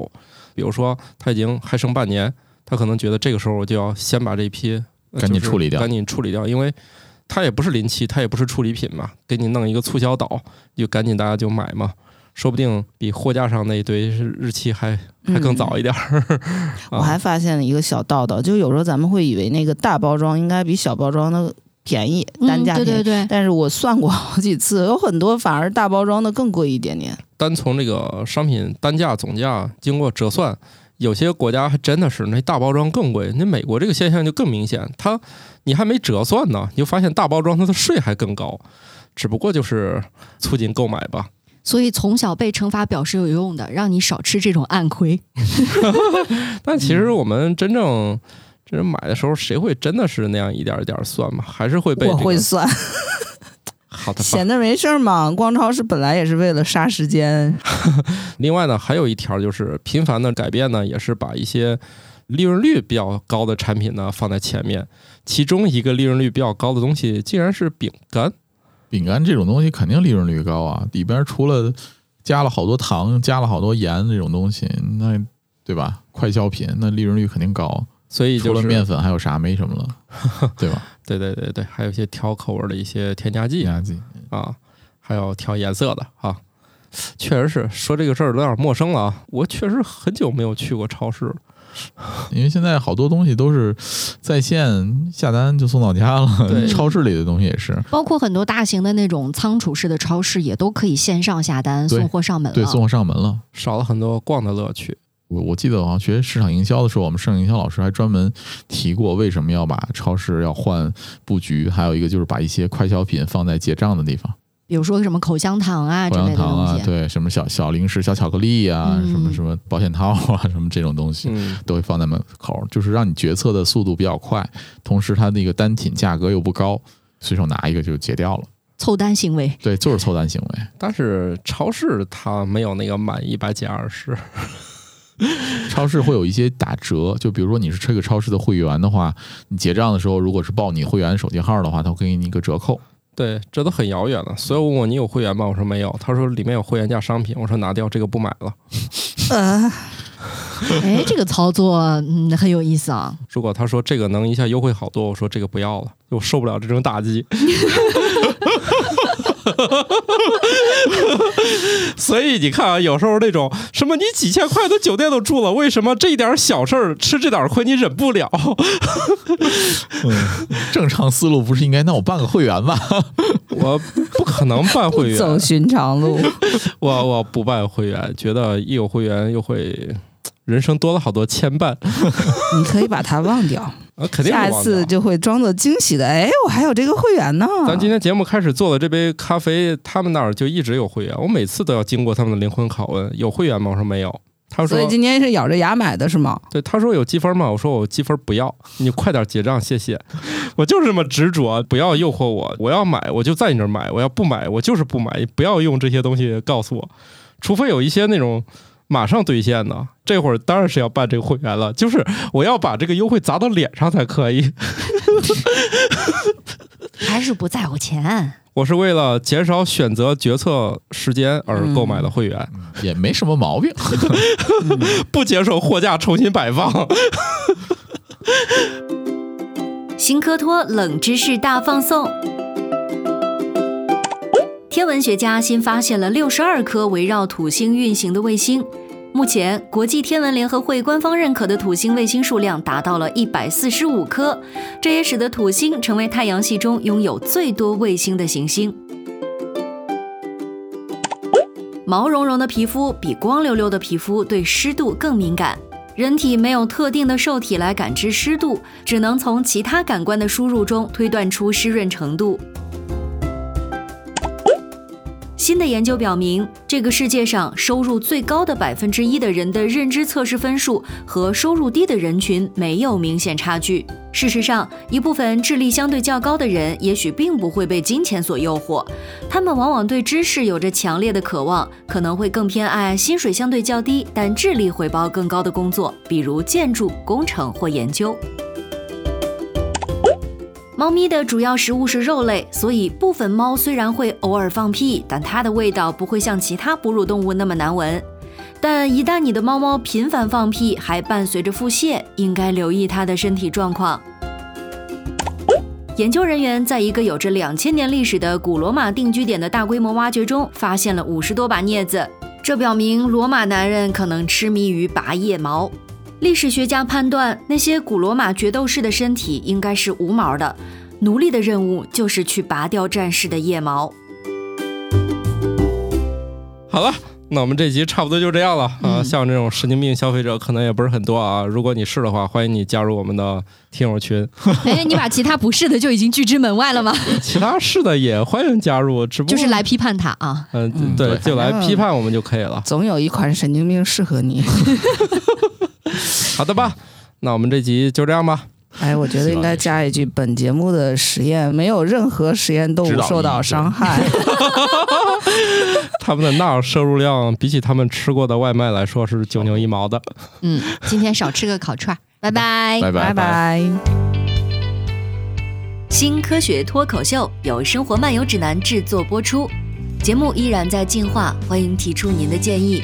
A: 比如说，它已经还剩半年，它可能觉得这个时候我就要先把这一批呃
D: 赶紧
A: 就是
D: 处理掉
A: 赶紧处理掉，因为它也不是临期，它也不是处理品嘛，给你弄一个促销岛，就赶紧大家就买嘛，说不定比货架上那一堆是日期还还更早一点儿。
C: 我
A: 啊
C: 还发现了一个小道道，就有时候咱们会以为那个大包装应该比小包装的便宜，单价
B: 嗯、对
C: 便宜。
B: 对对，
C: 但是我算过好几次， 有很多反而大包装的更贵一点点。
A: 单从这个商品单价总价经过折算，有些国家还真的是那大包装更贵。那美国这个现象就更明显，它你还没折算呢，你就发现大包装它的税还更高，只不过就是促进购买吧。
B: 所以从小被惩罚表示有用的，让你少吃这种暗亏。
A: 但其实我们真正真正买的时候，谁会真的是那样一点儿一点儿算嘛？还是会被、这
C: 我
A: 个、
C: 会算，
A: 好的吧
C: 闲。的没事儿嘛，逛超市本来也是为了杀时间。
A: 另外呢，还有一条就是频繁的改变呢，也是把一些利润率比较高的产品呢放在前面。其中一个利润率比较高的东西，竟然是饼干。
D: 饼干这种东西肯定利润率高啊，里边除了加了好多糖、加了好多盐这种东西，那对吧？快消品那利润率肯定高，
A: 所以就
D: 除了
A: 是
D: 面粉还有啥？没什么了，对吧？
A: 对对对对，还有一些调口味的一些添加
D: 添
A: 剂
D: 加剂，
A: 啊，还有调颜色的啊。确实是说这个事儿有点陌生了啊，我确实很久没有去过超市了。
D: 因为现在好多东西都是在线下单就送到家了，
A: 对
D: 超市里的东西也是，
B: 包括很多大型的那种仓储式的超市，也都可以线上下单，
D: 对
B: 送货上门
C: 嗯
D: 对，
B: 了。
D: 送货上门了。
A: 少了很多逛的乐趣。
D: 我我记得好像学市场营销的时候，我们市场营销老师还专门提过为什么要把超市要换布局，还有一个就是把一些快消品放在结账的地方，
G: 比如说什么口香糖啊
D: 口
G: 之
D: 香
G: 类的
D: 糖
G: 东
D: 啊，
G: 西，
D: 对，什么小小零食、小巧克力啊，
G: 嗯
D: 什么什么保险套啊，什么这种东西。
A: 嗯，
D: 都会放在门口，就是让你决策的速度比较快，同时它那个单品价格又不高，随手拿一个就结掉了。
G: 凑单行 为。
D: 对，就是凑单行为。
A: 但是超市它没有那个满一百减二十，
D: 超市会有一些打折，就比如说你是这个超市的会员的话，你结账的时候如果是报你会员手机号的话，他会给你一个折扣。
A: 对，这都很遥远了。所以我问我你有会员吗？我说没有。他说里面有会员价商品，我说拿掉这个不买了。
C: 呃，
G: 哎，这个操作嗯很有意思啊。
A: 如果他说这个能一下优惠好多，我说这个不要了，我受不了这种打击。 所以你看啊，有时候那种什么你几千块的酒店都住了，为什么这一点小事儿吃这点亏你忍不了？
D: 正常思路不是应该那我办个会员吧？
A: 我不可能办 会啊员，
C: 走寻常 路，
A: 我我不办会员，觉得一有会员又会人生多了好多牵绊，
C: 你可以把它忘掉，
A: 啊，肯定
C: 下
A: 不
C: 一
A: 忘
C: 次
A: 的。
C: 就会装作惊喜的，哎，我还有这个会员呢。
A: 咱今天节目开始做的这杯咖啡，他们那儿就一直有会员，我每次都要经过他们的灵魂拷问：有会员吗？我说没有。他说
C: 所以今天是咬着牙买的是吗？
A: 对，他说有积分吗？我说我积分不要，你快点结账，谢谢。我就是这么执着，不要诱惑我，我要买我就在你这儿买，我要不买我就是不买，不要用这些东西告诉我，除非有一些那种马上兑现的，这会儿当然是要办这个会员了，就是我要把这个优惠砸到脸上才可以。
G: 还是不在乎钱，
A: 我是为了减少选择决策时间而购买的会员，
D: 也没什么毛病。
A: 不接受货架重新摆放。
B: 新科托冷知识大放送。天文学家新发现了六十二颗围绕土星运行的卫星。目前，国际天文联合会官方认可的土星卫星数量达到了一百四十五颗，这也使得土星成为太阳系中拥有最多卫星的行星。毛茸茸的皮肤比光溜溜的皮肤对湿度更敏感。人体没有特定的受体来感知湿度，只能从其他感官的输入中推断出湿润程度。新的研究表明，这个世界上收入最高的百分之一的人的认知测试分数和收入低的人群没有明显差距。事实上，一部分智力相对较高的人也许并不会被金钱所诱惑，他们往往对知识有着强烈的渴望，可能会更偏爱薪水相对较低但智力回报更高的工作，比如建筑、工程或研究。猫咪的主要食物是肉类，所以部分猫虽然会偶尔放屁，但它的味道不会像其他哺乳动物那么难闻。但一旦你的猫猫频繁放屁，还伴随着腹泻，应该留意它的身体状况。研究人员在一个有着两千年历史的古罗马定居点的大规模挖掘中，发现了五十多把镊子，这表明罗马男人可能痴迷于拔腋毛。历史学家判断，那些古罗马决斗士的身体应该是无毛的，奴隶的任务就是去拔掉战士的腋毛。
A: 好了，那我们这集差不多就这样了啊。像这种神经病消费者可能也不是很多啊。如果你是的话，欢迎你加入我们的听友群，
G: 哎，你把其他不是的就已经拒之门外了 吗？
B: 哦
A: 其他是的也欢迎加入，只不过
G: 就是来批判他啊。
A: 嗯、
D: 嗯
A: 对，
D: 对
A: 就来批判我们就可以了。
C: 总有一款神经病适合你。
A: 好的吧，那我们这集就这样吧。
C: 哎，我觉得应该加一句：本节目的实验没有任何实验动
D: 指
C: 物
D: 导
C: 受
D: 意
C: 到
D: 义
C: 伤害。
A: 他们的钠摄入量比起他们吃过的外卖来说是九牛一毛的。
G: 嗯，今天少吃个烤串儿，拜拜。
D: 拜
C: 拜拜。
B: 新科学脱口秀由生活漫游指南制作播出，节目依然在进化，欢迎提出您的建议，